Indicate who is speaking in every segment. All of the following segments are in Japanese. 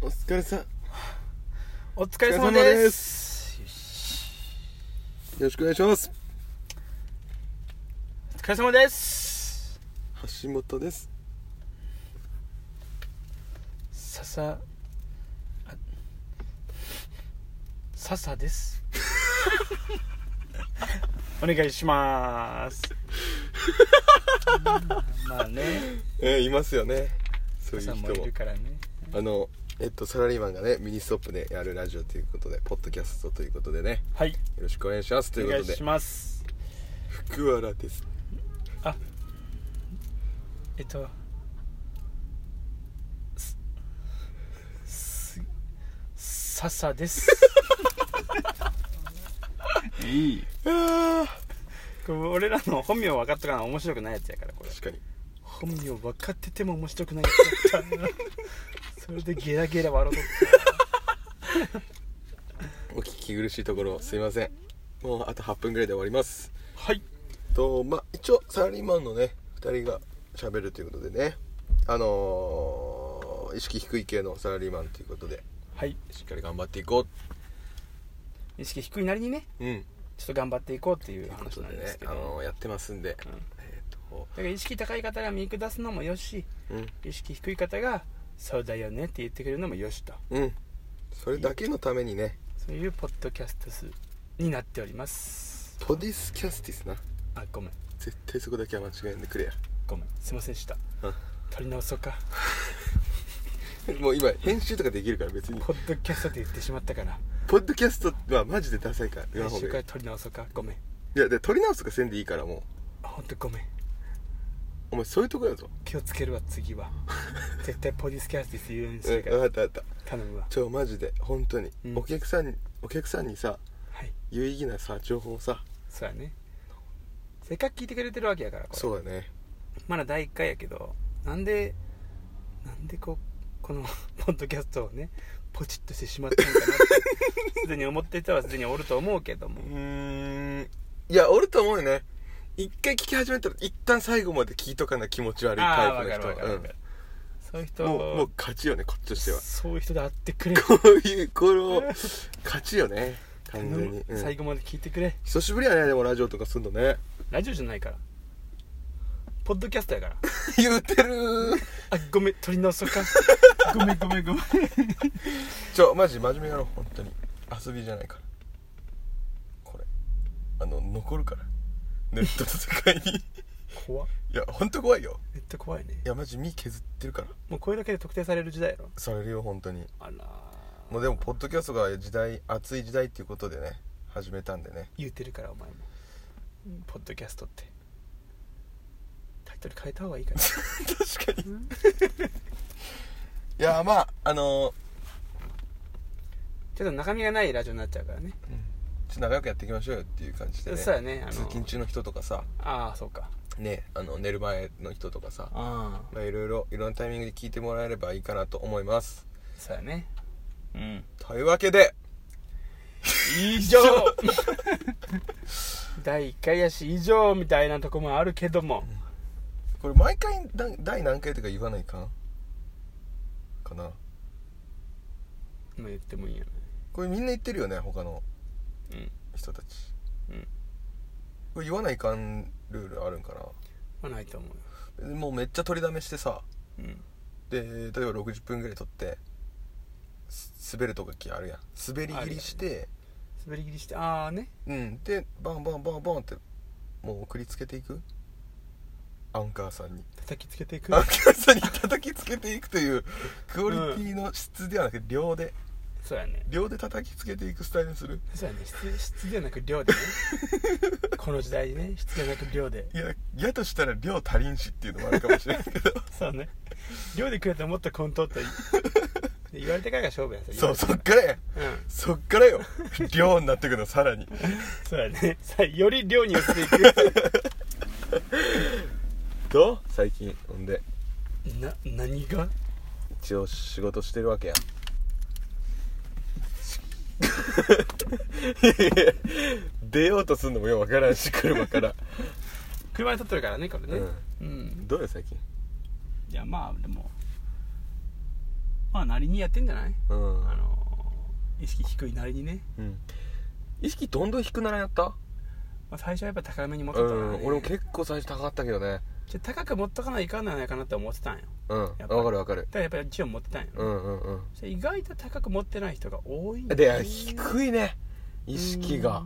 Speaker 1: お疲れさんよ
Speaker 2: お疲れ
Speaker 1: れ
Speaker 2: 様
Speaker 1: 様
Speaker 2: で
Speaker 1: ですろしくお願いします
Speaker 2: お疲れ様です
Speaker 1: 橋本です
Speaker 2: ささあささです お願いしますうんまあね
Speaker 1: えー、いますよねそういう
Speaker 2: さ
Speaker 1: 人
Speaker 2: ん
Speaker 1: も
Speaker 2: もいるからね
Speaker 1: あのえっとサラリーマンがねミニストップでやるラジオということでポッドキャストということでね
Speaker 2: はい
Speaker 1: よろしくお願いしますとい
Speaker 2: お
Speaker 1: うこ
Speaker 2: 願い
Speaker 1: とで
Speaker 2: します
Speaker 1: 福原です
Speaker 2: えっとすすささですいい
Speaker 1: あ
Speaker 2: これ俺らの本名分かっとかな面白くないやつやからこれ
Speaker 1: 確かに
Speaker 2: 本名分かってても面白くないやつやったそれでゲラゲラ笑うとっ
Speaker 1: お聞き苦しいところすいませんもうあと8分ぐらいで終わります
Speaker 2: たはい
Speaker 1: とまあ一応サラリーマンのね2人が喋るということでねあのー、意識低い系のサラリーマンということで
Speaker 2: はい
Speaker 1: しっかり頑張っていこ
Speaker 2: 意識低いなりにね
Speaker 1: ううん
Speaker 2: ちょっと頑張っていこうってい
Speaker 1: と
Speaker 2: う
Speaker 1: いうこ
Speaker 2: 話
Speaker 1: と
Speaker 2: なん
Speaker 1: で
Speaker 2: で
Speaker 1: ね
Speaker 2: すけど
Speaker 1: あのー、やってますんで、
Speaker 2: うん
Speaker 1: えっ、と
Speaker 2: だから意識高い方が見下すのもよし
Speaker 1: うん
Speaker 2: 意識低い方がそうだよねって言ってくれるのもよしと
Speaker 1: うんそれだけのためにね
Speaker 2: そういうポッドキャストスになっております
Speaker 1: ポディスキャスティスな
Speaker 2: あごめん
Speaker 1: 絶対そこだけは間違えんでくれや
Speaker 2: ごめんすいませんでした
Speaker 1: うん
Speaker 2: 取り直そうか
Speaker 1: もう今編集とかできるから別に
Speaker 2: ポッドキャストって言ってしまったから
Speaker 1: ポッドキャストはマジでダサいから言わ
Speaker 2: 来
Speaker 1: ん方
Speaker 2: 週か
Speaker 1: がい
Speaker 2: ら取り直そうかごめん
Speaker 1: いいやで撮り直すとかせんでいいからもう
Speaker 2: あ本当ごめん
Speaker 1: お前そういうとこやぞ
Speaker 2: 気をつけるわ次 は絶対ポディスキャスティス言うようにす
Speaker 1: うん
Speaker 2: る
Speaker 1: 分
Speaker 2: か
Speaker 1: か
Speaker 2: ら、
Speaker 1: った分かった
Speaker 2: 頼むわ
Speaker 1: ちょマジで本当に、
Speaker 2: うん
Speaker 1: お客さんにお客さんにさ
Speaker 2: はい
Speaker 1: 有意義なさ情報をさ
Speaker 2: そうやねせっかく聞いてくれてるわけやからこれ
Speaker 1: そうだね
Speaker 2: まだ第1回やけどなんでなんでここの ポッドキャストをねポチッとしてしまったのかなって すでに思ってる人はすでにおると思うけども
Speaker 1: うーんいやおると思うよね一回聞き始めたら一旦最後まで聞いとかな気持ち悪いタ
Speaker 2: ああ
Speaker 1: イプ
Speaker 2: 分
Speaker 1: の
Speaker 2: か
Speaker 1: 人
Speaker 2: る分かる
Speaker 1: は
Speaker 2: 分かる、そういう
Speaker 1: う
Speaker 2: 人
Speaker 1: んもうもう勝ちよねこっちと しては
Speaker 2: そういう人で会ってくれ
Speaker 1: こういうこの勝ちよね完全に、うん
Speaker 2: 最後まで聞いてくれ
Speaker 1: 久しぶりやねでもラジオとかすんのね
Speaker 2: ラジオじゃないからポッドキャストやから
Speaker 1: 言うてる
Speaker 2: あごめん取り直そうか ごめんごめんごめん
Speaker 1: ちょマジ真面目やろう本当に遊びじゃないからこれあの残るからネットの世界 に
Speaker 2: 怖っ
Speaker 1: いや本当怖いよ
Speaker 2: めっちゃ怖いね
Speaker 1: いやマジ身削ってるから
Speaker 2: もうこれだけで特定される時代やろ
Speaker 1: されるよ本当に
Speaker 2: あら
Speaker 1: もうでもポッドキャストが時代熱い時代っていうことでね始めたんでね
Speaker 2: 言うてるからお前もポッドキャストってタイトル変えた方がいいかな
Speaker 1: 確かにいやまああの
Speaker 2: ちょっと中身がないラジオになっちゃうからね
Speaker 1: ーちょっと仲良くやっていきましょうよっていう感じでね
Speaker 2: そうやねあの
Speaker 1: 通勤中の人とかさ
Speaker 2: ああそうか
Speaker 1: ねあの寝る前の人とかさ
Speaker 2: あ
Speaker 1: まあいろいろいろんなタイミングで聞いてもらえればいいかなと思います
Speaker 2: そうやねうん
Speaker 1: というわけで
Speaker 2: 以上 第1回やし以上みたいなとこもあるけども
Speaker 1: これ毎回だ第何回とか言わないかんかな
Speaker 2: 今言ってもいいよね
Speaker 1: これみんな言ってるよね他の
Speaker 2: うん
Speaker 1: 人たち
Speaker 2: うん
Speaker 1: これ言わないかんルールあるんか
Speaker 2: まあないと思うよ
Speaker 1: なもうめっちゃ取りだめしてさ
Speaker 2: うん
Speaker 1: で例えば60分ぐらい取ってす滑るとかあるやん滑り切りして、
Speaker 2: 滑り切りしてああね
Speaker 1: うんでバンバンバンバンってもう送りつけていくアンカーさんに
Speaker 2: 叩きつけてい く
Speaker 1: アンカーさんに叩きつけていくというクオリティの質ではなく量で
Speaker 2: そうやね
Speaker 1: 量で叩きつけていくスタイルにする
Speaker 2: そうやね質質ではなく量 でねこの時代にね質ではなく量で
Speaker 1: いややとしたら量足りんしっていうのもあるかもしれないけ ど
Speaker 2: そうね量で食えたらもっとコントって 言われてからが勝負やさ
Speaker 1: そうそっからや
Speaker 2: 言われて
Speaker 1: そっからよ量になってくのさらに
Speaker 2: からうんそうやねさあより量に寄せていく
Speaker 1: どう最近ほんで
Speaker 2: な何が
Speaker 1: 一応仕事してるわ けや出ようとすんのもようわからんし車から、
Speaker 2: 車で撮ってるからねこれね
Speaker 1: う
Speaker 2: うん、
Speaker 1: ん、どうよ最近
Speaker 2: いやまあでもまあなりにやってんじゃない
Speaker 1: うん
Speaker 2: あの意識低いなりにね、
Speaker 1: うん意識どんどん低くならんやった
Speaker 2: まあ、最初はやっぱ高めに持っ
Speaker 1: う
Speaker 2: とったから、ね
Speaker 1: ん俺も結構最初高かったけどね
Speaker 2: ちょ高く持っとかないかんのやないかなって思ってたんよ
Speaker 1: うんわ
Speaker 2: やっぱ
Speaker 1: かるわかる
Speaker 2: だからやっぱり一応持ってたんよ、
Speaker 1: うんうんうん
Speaker 2: それ意外と高く持ってない人が多いんだよ
Speaker 1: で低いね意識が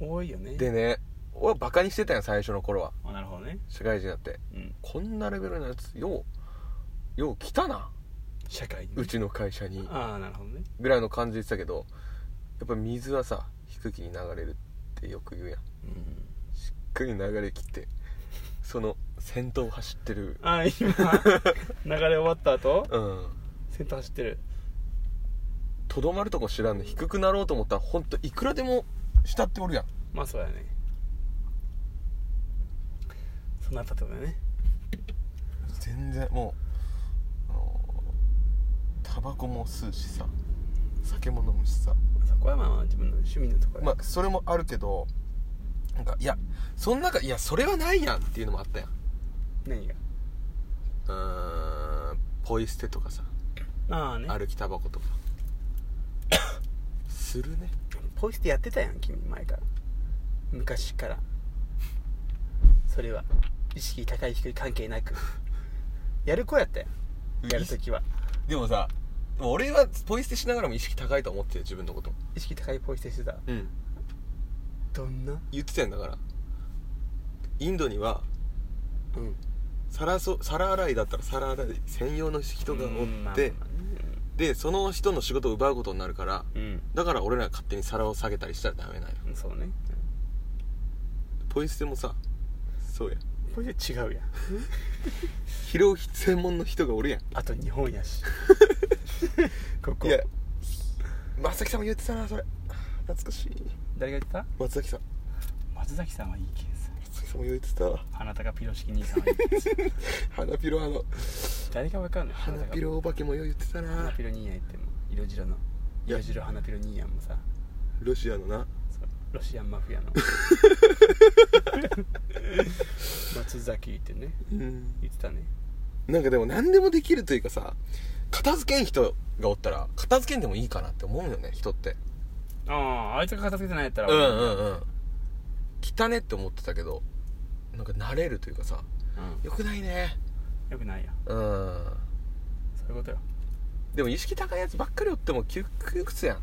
Speaker 2: うん多いよね
Speaker 1: でね俺バカにしてたんよ最初の頃は
Speaker 2: あなるほどね
Speaker 1: 社会人だって
Speaker 2: うん
Speaker 1: こんなレベルのやつようよう来たな
Speaker 2: 社会に
Speaker 1: うちの会社に
Speaker 2: ああなるほどね
Speaker 1: ぐらいの感じで言ってたけどやっぱ水はさ低気に流れるってよく言うやん
Speaker 2: うん
Speaker 1: しっかり流れきってその先頭を走ってる
Speaker 2: ああ今 流れ終わった後
Speaker 1: うん
Speaker 2: 先頭走ってる
Speaker 1: とどまるとこ知らんね低くなろうと思ったらほんといくらでも慕っておるやん
Speaker 2: まあそうやねそうなったってことだよね
Speaker 1: 全然もうあのタバコも吸うしさ酒も飲むしさ
Speaker 2: まあそこはまあまあ自分の趣味のところや
Speaker 1: まあそれもあるけどなんかいやそん中いやそれはないやんっていうのもあったやん
Speaker 2: 何が
Speaker 1: うーんポイ捨てとかさ
Speaker 2: ああね
Speaker 1: 歩きタバコと かするね
Speaker 2: ポイ捨てやってたやん君前から昔からそれは意識高い低い関係なくやる子やったやんやるときは
Speaker 1: でもさ俺はポイ捨てしながらも意識高いと思ってる自分のこと
Speaker 2: 意識高いポイ捨てしてた
Speaker 1: うん
Speaker 2: どんな
Speaker 1: 言ってたんだからインドには
Speaker 2: うん
Speaker 1: 皿そ皿洗いだったら皿洗い専用の人がおって、
Speaker 2: うんまあまあまあ
Speaker 1: でその人の仕事を奪うことになるから
Speaker 2: うん
Speaker 1: だから俺らが勝手に皿を下げたりしたらダメなんよ
Speaker 2: うんそうね
Speaker 1: ポイ捨てもさそうや
Speaker 2: ポイ捨て違うやん
Speaker 1: 拾う専門の人がおるやん
Speaker 2: あと日本や しここ
Speaker 1: いや松崎さんも言ってたなそれあー懐かしい
Speaker 2: 誰が言った
Speaker 1: 松崎さん
Speaker 2: 松崎さんはいいケース
Speaker 1: 松崎さんも言ってたわ
Speaker 2: 花高ピロシキ兄さん はいいケース
Speaker 1: 花ピロあの
Speaker 2: 誰がわかんない
Speaker 1: 花ピロお化けもよう言ってた
Speaker 2: 花
Speaker 1: な
Speaker 2: ピロ兄やん言っても色白の
Speaker 1: いや
Speaker 2: 色白花ピロ兄やんもさ
Speaker 1: ロシアのな
Speaker 2: そうロシアンマフィア の松崎ってね
Speaker 1: うん
Speaker 2: 言ってたね
Speaker 1: なんかでも何でもできるというかさ片付けん人がおったら片付けんでもいいかなって思うよね人って
Speaker 2: あああいつが片付けてないやったら
Speaker 1: うんうんうん汚ねって思ってたけどなんか慣れるというかさよくないね
Speaker 2: よくないや
Speaker 1: うん
Speaker 2: そういうことよ
Speaker 1: でも意識高いやつばっかりおっても窮屈やん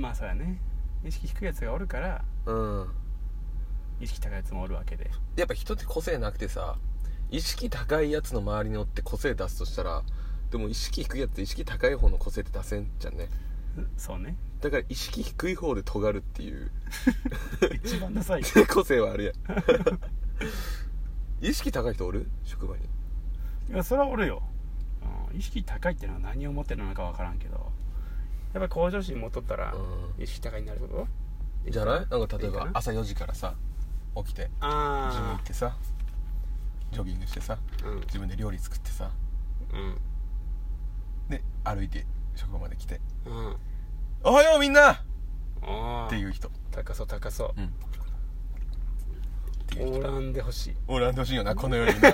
Speaker 2: まあそうやね意識低いやつがおるから
Speaker 1: うん
Speaker 2: 意識高いやつもおるわけで
Speaker 1: やっぱ人って個性なくてさ意識高いやつの周りにおって個性出すとしたらでも意識低いやつって意識高い方の個性って出せんじゃんね
Speaker 2: そうね
Speaker 1: だから意識低い方で尖るっていう
Speaker 2: 一番ダサいよ
Speaker 1: 個性はあるやん意識高い人おる職場に
Speaker 2: いやそれはおるよ、うん、意識高いってのは何を持ってるのかわからんけどやっぱり向上心持っとったら
Speaker 1: う
Speaker 2: 意識高いになること
Speaker 1: じゃないなんか例え
Speaker 2: いいか
Speaker 1: ば
Speaker 2: な
Speaker 1: 朝4時からさ起きてジム行
Speaker 2: あ
Speaker 1: ってさジョギングしてさ
Speaker 2: あうん
Speaker 1: 自分で料理作ってさで歩いて職場まで来て
Speaker 2: うんうん
Speaker 1: 「おはようみんな!」
Speaker 2: ああ
Speaker 1: っていう人
Speaker 2: 高そう高そう
Speaker 1: うんっていう
Speaker 2: お
Speaker 1: 人
Speaker 2: らんでほしい
Speaker 1: 俺はんでほしいよなこの世に な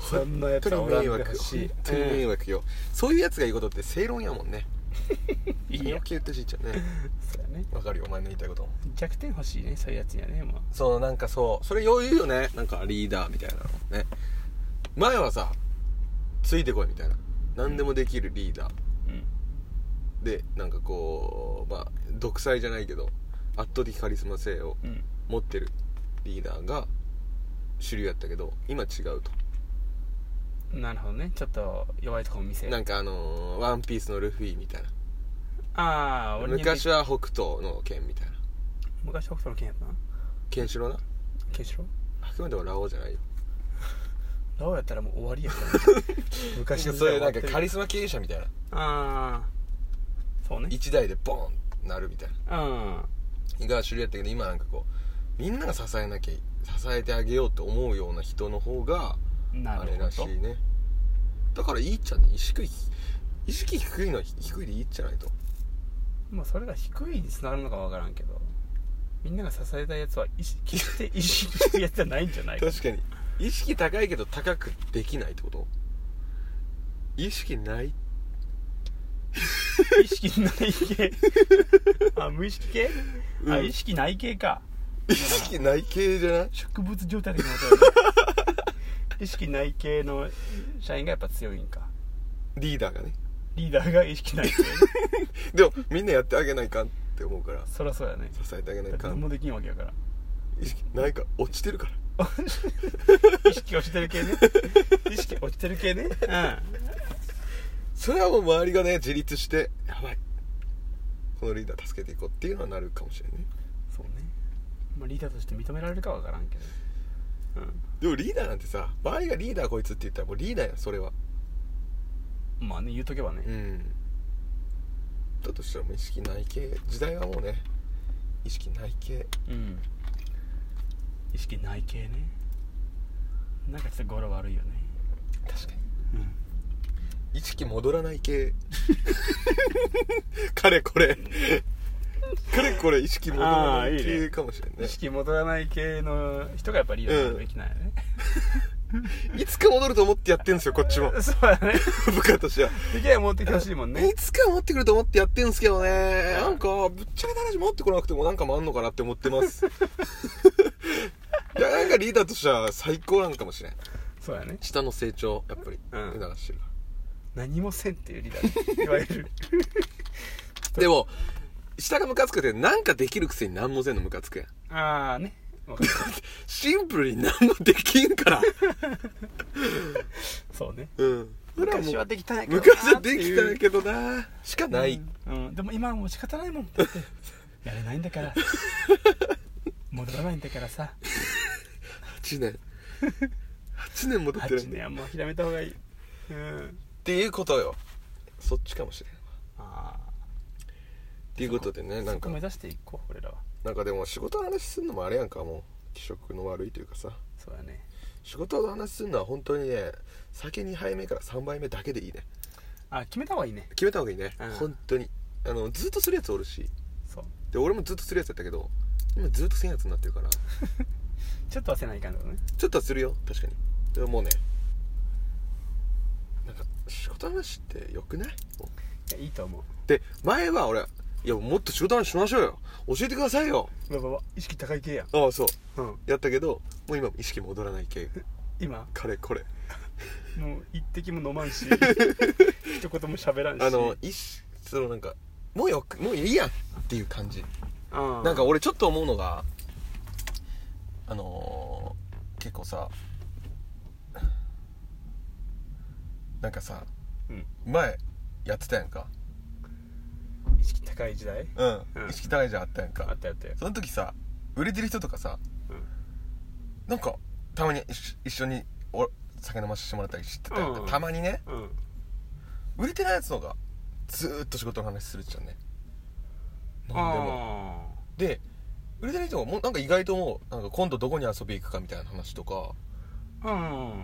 Speaker 2: そんなやつはおらんでほしい
Speaker 1: 本当に迷惑よそういうやつが言うことって正論やもんね
Speaker 2: いいよ
Speaker 1: 余計言ってほしいっちゃうね
Speaker 2: そうやね
Speaker 1: わかるよお前の言いたいことも
Speaker 2: 弱点欲しいねそういうやつにはねもう
Speaker 1: そうなんかそうそれよう言うよねなんかリーダーみたいなのね前はさついてこいみたいな何でもできるリーダー
Speaker 2: うん
Speaker 1: でなんかこうまあ独裁じゃないけど圧倒的カリスマ性を
Speaker 2: うん
Speaker 1: 持ってるリーダーが主流やったけど今違うと
Speaker 2: なるほどねちょっと弱いとこも見せる
Speaker 1: なんかあのーワンピースのルフィ」みたいな
Speaker 2: ああ俺に
Speaker 1: 昔は北斗の剣みたいな
Speaker 2: 昔北斗の剣やったな
Speaker 1: ケンシロウな
Speaker 2: ケンシロウ
Speaker 1: あくまでもラオウじゃないよ
Speaker 2: ラオウやったらもう終わりやから 昔の時
Speaker 1: そういう
Speaker 2: 代
Speaker 1: なんか
Speaker 2: 終わ
Speaker 1: カ
Speaker 2: ってる
Speaker 1: リスマ経営者みたいな
Speaker 2: ああそうね
Speaker 1: 一台でボーンってなるみたいな
Speaker 2: うん
Speaker 1: が主流やったけど今なんかこうみんなが支えなきゃい支えてあげようと思うような人の方が
Speaker 2: なる
Speaker 1: あ
Speaker 2: ほど
Speaker 1: れらしいねだからいいっちゃね意識意識低いのは低いでいいっちゃないと
Speaker 2: まあそれが低いにつながるのかわからんけどみんなが支えたやつは意識決して意識してるやつじゃないんじゃないか
Speaker 1: 確かに意識高いけど高くできないってこと意識ない
Speaker 2: 意識ない 系あ無意識系、
Speaker 1: うん
Speaker 2: あ意識ない系か
Speaker 1: 意識ない系じゃない
Speaker 2: 植物状態的な ことやね意識ない系の社員がやっぱ強いんか
Speaker 1: リーダーがね
Speaker 2: リーダーが意識ない系
Speaker 1: でもみんなやってあげないかんって思うから
Speaker 2: そりゃそうやね
Speaker 1: 支えてあげない
Speaker 2: だって
Speaker 1: か
Speaker 2: 何
Speaker 1: ん
Speaker 2: もできんわけや から
Speaker 1: 意識ないから落ちて るから
Speaker 2: 意識落ちてる系ね意識落ちてる系ね
Speaker 1: それはもう周りがね自立してやばいこのリーダー助けていこうっていうのはなるかもしれないね
Speaker 2: うんそうね、まあ、リーダーとして認められるかわからんけど
Speaker 1: でもリーダーなんてさ周りがリーダーこいつって言ったらもうリーダーやんそれは
Speaker 2: うんまあね言うとけばね、
Speaker 1: うんだとしたらもう意識ない系時代はもうね意識ない系
Speaker 2: うん意識ない系ねなんかちょっと語呂悪いよね
Speaker 1: 確かに意識戻らない系 かれこれかれこれ意識戻らない
Speaker 2: あーいいね
Speaker 1: 系かもしれんね
Speaker 2: 意識戻らない系の人がやっぱリーダーになるべきなんやね、
Speaker 1: いつか戻ると思ってやってんすよこっちも
Speaker 2: そうやね
Speaker 1: 部下としては
Speaker 2: できれば持ってきてほしいもんね
Speaker 1: いつか持ってくると思ってやってんすけどねなんかぶっちゃけた話持ってこなくてもなんかもあんのかなって思ってますいやなんかリーダーとしては最高なのかもしれん
Speaker 2: そうやね
Speaker 1: 下の成長やっぱり
Speaker 2: うん
Speaker 1: 促してるか
Speaker 2: 何もせんっていうリーダーいわゆ る
Speaker 1: らでも下がムカつくてなんかできるくせに何もせんのムカつくやん
Speaker 2: ああねわかる
Speaker 1: シンプルに何もできんから
Speaker 2: そうね
Speaker 1: うん
Speaker 2: 昔はできたんやけどなー
Speaker 1: 昔は
Speaker 2: って
Speaker 1: で
Speaker 2: い
Speaker 1: き
Speaker 2: う
Speaker 1: たけどなしかない、
Speaker 2: うん、うんでも今はもう仕方ないも んだってやれないんだから戻らないんだからさ
Speaker 1: 8年8年戻ってない
Speaker 2: 8年はもう諦めた方がいいうん
Speaker 1: っていうことよそっちかもしれんわ
Speaker 2: あ
Speaker 1: っていうことでね
Speaker 2: あ
Speaker 1: な
Speaker 2: そ
Speaker 1: ん
Speaker 2: こ
Speaker 1: か
Speaker 2: 目指していこう俺らは
Speaker 1: なんかでも仕事の話するのもあれやんかもう気色の悪いというかさ
Speaker 2: そうやね
Speaker 1: 仕事の話するのは本当にね酒2杯目から3杯目だけでいいね
Speaker 2: あ決めた方がいいね
Speaker 1: 決めた方がいいね、
Speaker 2: うん
Speaker 1: 本当にあのずっとするやつおるし
Speaker 2: そう
Speaker 1: で俺もずっとするやつやったけど今ずっとせんやつになってるからち
Speaker 2: ちょっと忘れないかんだね
Speaker 1: ょっとはするよ確かにでももうねなんか仕事の話ってよくないもう
Speaker 2: いやいいと思う
Speaker 1: で前は俺いやもっと仕事の話しましょうよ教えてくださいよ
Speaker 2: うわうわうわ意識高い系や
Speaker 1: ああそう
Speaker 2: うん
Speaker 1: やったけどもう今意識戻らない系
Speaker 2: 今
Speaker 1: かれこれ
Speaker 2: もう一滴も飲ま んし一言も喋らんし
Speaker 1: あのいしそのなんかもうよくもういいやんっていう感じ
Speaker 2: あ
Speaker 1: なんか俺ちょっと思うのがあのー、結構さなんかさ
Speaker 2: うん、
Speaker 1: 前やってたやんか
Speaker 2: 意識高い時代
Speaker 1: うん、
Speaker 2: うん
Speaker 1: 意識高いじゃんあったやん
Speaker 2: あ
Speaker 1: か
Speaker 2: ったやったよ、
Speaker 1: その時さ売れてる人とかさ
Speaker 2: うん、
Speaker 1: なんかたまに一緒一緒にお酒飲ませてもらったりしてたやんか、
Speaker 2: うん
Speaker 1: たまにね
Speaker 2: うん、
Speaker 1: 売れてないやつの方がずーっと仕事の話するじゃんねなんでも
Speaker 2: あ
Speaker 1: で売れてる人がもうなんか意外ともうなんか今度どこに遊び行くかみたいな話とか
Speaker 2: あうん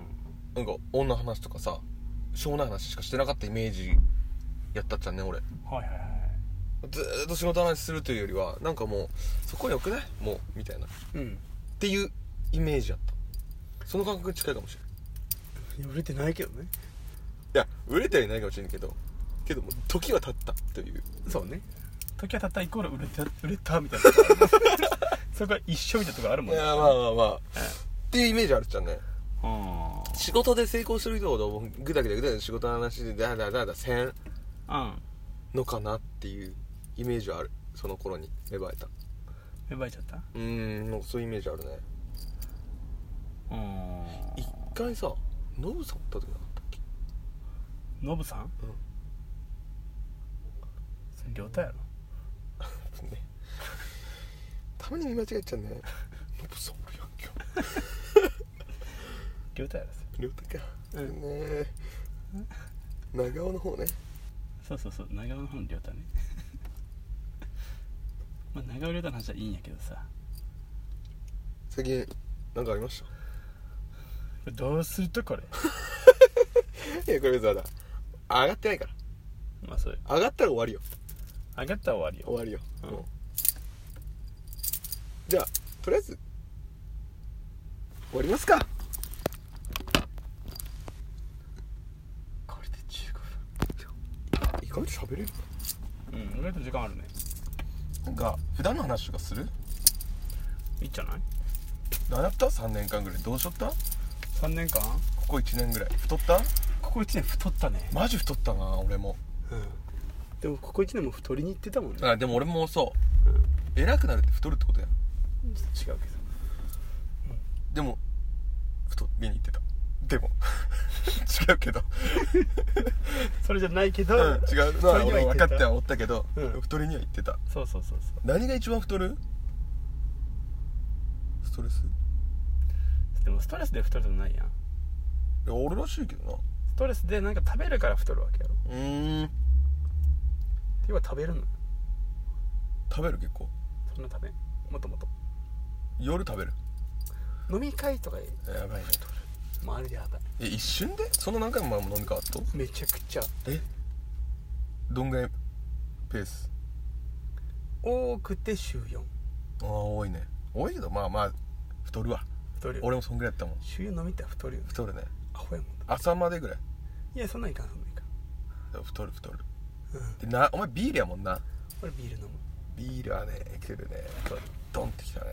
Speaker 1: なんか女の話とかさしょうもない話しかしてなかったイメージやったっちゃんね俺
Speaker 2: はいはいはい
Speaker 1: ずーっと仕事の話するというよりはなんかもうそこよくないもうみたいなっ
Speaker 2: うん
Speaker 1: ていうイメージやったその感覚に近いかもしれない
Speaker 2: 売れてないけどね
Speaker 1: いや売れてはいないかもしれんけどけども時は経ったという
Speaker 2: そうね時はたったイコール売れた売れたみたいな そこは一緒みたいなとこある
Speaker 1: い
Speaker 2: もんね
Speaker 1: やまあまあまあっていうイメージあるっちゃんね
Speaker 2: うん
Speaker 1: 仕事で成功する人ほどグダグダグダグダ仕事の話でダラダラダラダせん
Speaker 2: うん
Speaker 1: のかなっていうイメージはあるその頃に芽生えた
Speaker 2: 芽生えちゃった
Speaker 1: うーんなんかそういうイメージあるね
Speaker 2: うん
Speaker 1: 一回さノブさんおった時なかったっけ
Speaker 2: ノブさ
Speaker 1: う
Speaker 2: ん
Speaker 1: ん
Speaker 2: それ亮太やろ
Speaker 1: ねたまに見間違えちゃうねノブさんおるやん今
Speaker 2: 亮太やろそれ
Speaker 1: 日両手か、
Speaker 2: うん
Speaker 1: ねえ長尾の方ね
Speaker 2: そうそうそう長尾の方の亮太ね まあ長尾亮太の話はいいんやけどさ
Speaker 1: 最近なんかありました
Speaker 2: これどうするとこれ
Speaker 1: いやこれ別にまだ上がってないか
Speaker 2: まあそれ
Speaker 1: ら上がったら終わりよ
Speaker 2: 上がったら終わりよ
Speaker 1: 終わりよ、
Speaker 2: うん
Speaker 1: もうじゃあとりあえず終わりますか
Speaker 2: これで中
Speaker 1: と喋れる
Speaker 2: うん意外と時間あるね
Speaker 1: なんか普段の話とかする
Speaker 2: いいんじゃない
Speaker 1: 何やった3年間ぐらいどうしとったこ
Speaker 2: 3年間
Speaker 1: こ1年ぐらい太った
Speaker 2: ここ1年太ったね
Speaker 1: マジ太ったな俺も
Speaker 2: うんでもここ1年も太りに行ってたもんね
Speaker 1: あでも俺もそう偉くなるって太るってことや
Speaker 2: 違うけど
Speaker 1: でも太っ見に行ってたでも 違うけど、
Speaker 2: それじゃないけど、
Speaker 1: うん、違うの
Speaker 2: それ
Speaker 1: は
Speaker 2: には
Speaker 1: 俺
Speaker 2: 行っ
Speaker 1: 分
Speaker 2: て
Speaker 1: か
Speaker 2: た
Speaker 1: ってはおったけど、
Speaker 2: うん
Speaker 1: 太りには行ってた
Speaker 2: そうそうそうそう
Speaker 1: 何が一番太るストレス
Speaker 2: でもストレスで太るのないや
Speaker 1: い
Speaker 2: ん
Speaker 1: や俺らしいけどな
Speaker 2: ストレスでなんか食べるから太るわけやろ
Speaker 1: うーん
Speaker 2: 要は食べるの
Speaker 1: 食べる結構
Speaker 2: そんな食べんもともと
Speaker 1: 夜食べる
Speaker 2: 飲み会とかで
Speaker 1: やばいね
Speaker 2: もあるやばい
Speaker 1: え一瞬でそんな何回も前も飲み会あった
Speaker 2: めちゃくちゃ
Speaker 1: えどんぐらいペース
Speaker 2: 多くて週4
Speaker 1: ああ多いね多いけどまあまあ太るわ
Speaker 2: 太るよ
Speaker 1: 俺もそんぐらいやったもん
Speaker 2: 週4飲みたら太るよ
Speaker 1: 太るね
Speaker 2: アホやもん
Speaker 1: 朝までぐらい
Speaker 2: いやそんなんいかんそんなんいかん
Speaker 1: 太る太る
Speaker 2: うん
Speaker 1: でなお前ビールやもんな
Speaker 2: 俺ビール飲む
Speaker 1: ビールはね来るね
Speaker 2: 太る
Speaker 1: ドンってきたね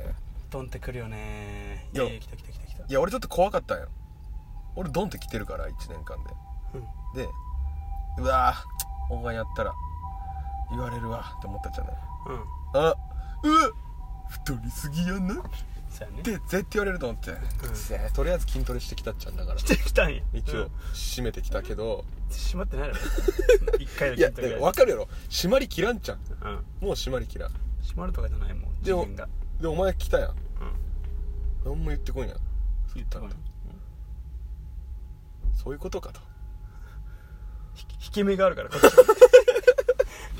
Speaker 2: ドンってくるよねい
Speaker 1: いや
Speaker 2: やいや来た来た来た来た
Speaker 1: いや俺ちょっと怖かったんよ俺ドンって来てるから1年間で
Speaker 2: うん
Speaker 1: でうわーお前やったら言われるわって思ったじゃない
Speaker 2: うん
Speaker 1: あうわ太りすぎやなっ
Speaker 2: そうやね
Speaker 1: て絶対言われると思って、くせえとりあえず筋トレしてきたっちゃんだから
Speaker 2: 来てきたんや
Speaker 1: 一
Speaker 2: う
Speaker 1: 応
Speaker 2: ん
Speaker 1: 締めてきたけど、
Speaker 2: 閉まってないの 一回
Speaker 1: いや
Speaker 2: だけ
Speaker 1: だから分かるやろ締まりきらんじゃん
Speaker 2: うん
Speaker 1: もう締まりきらん
Speaker 2: 閉まるとかじゃないもん
Speaker 1: で
Speaker 2: 自
Speaker 1: も
Speaker 2: 分が
Speaker 1: でお前来たやん
Speaker 2: うん
Speaker 1: 何も言ってこんやん
Speaker 2: 言ったかな
Speaker 1: そういうことかと
Speaker 2: ひ引け目があるからこっちも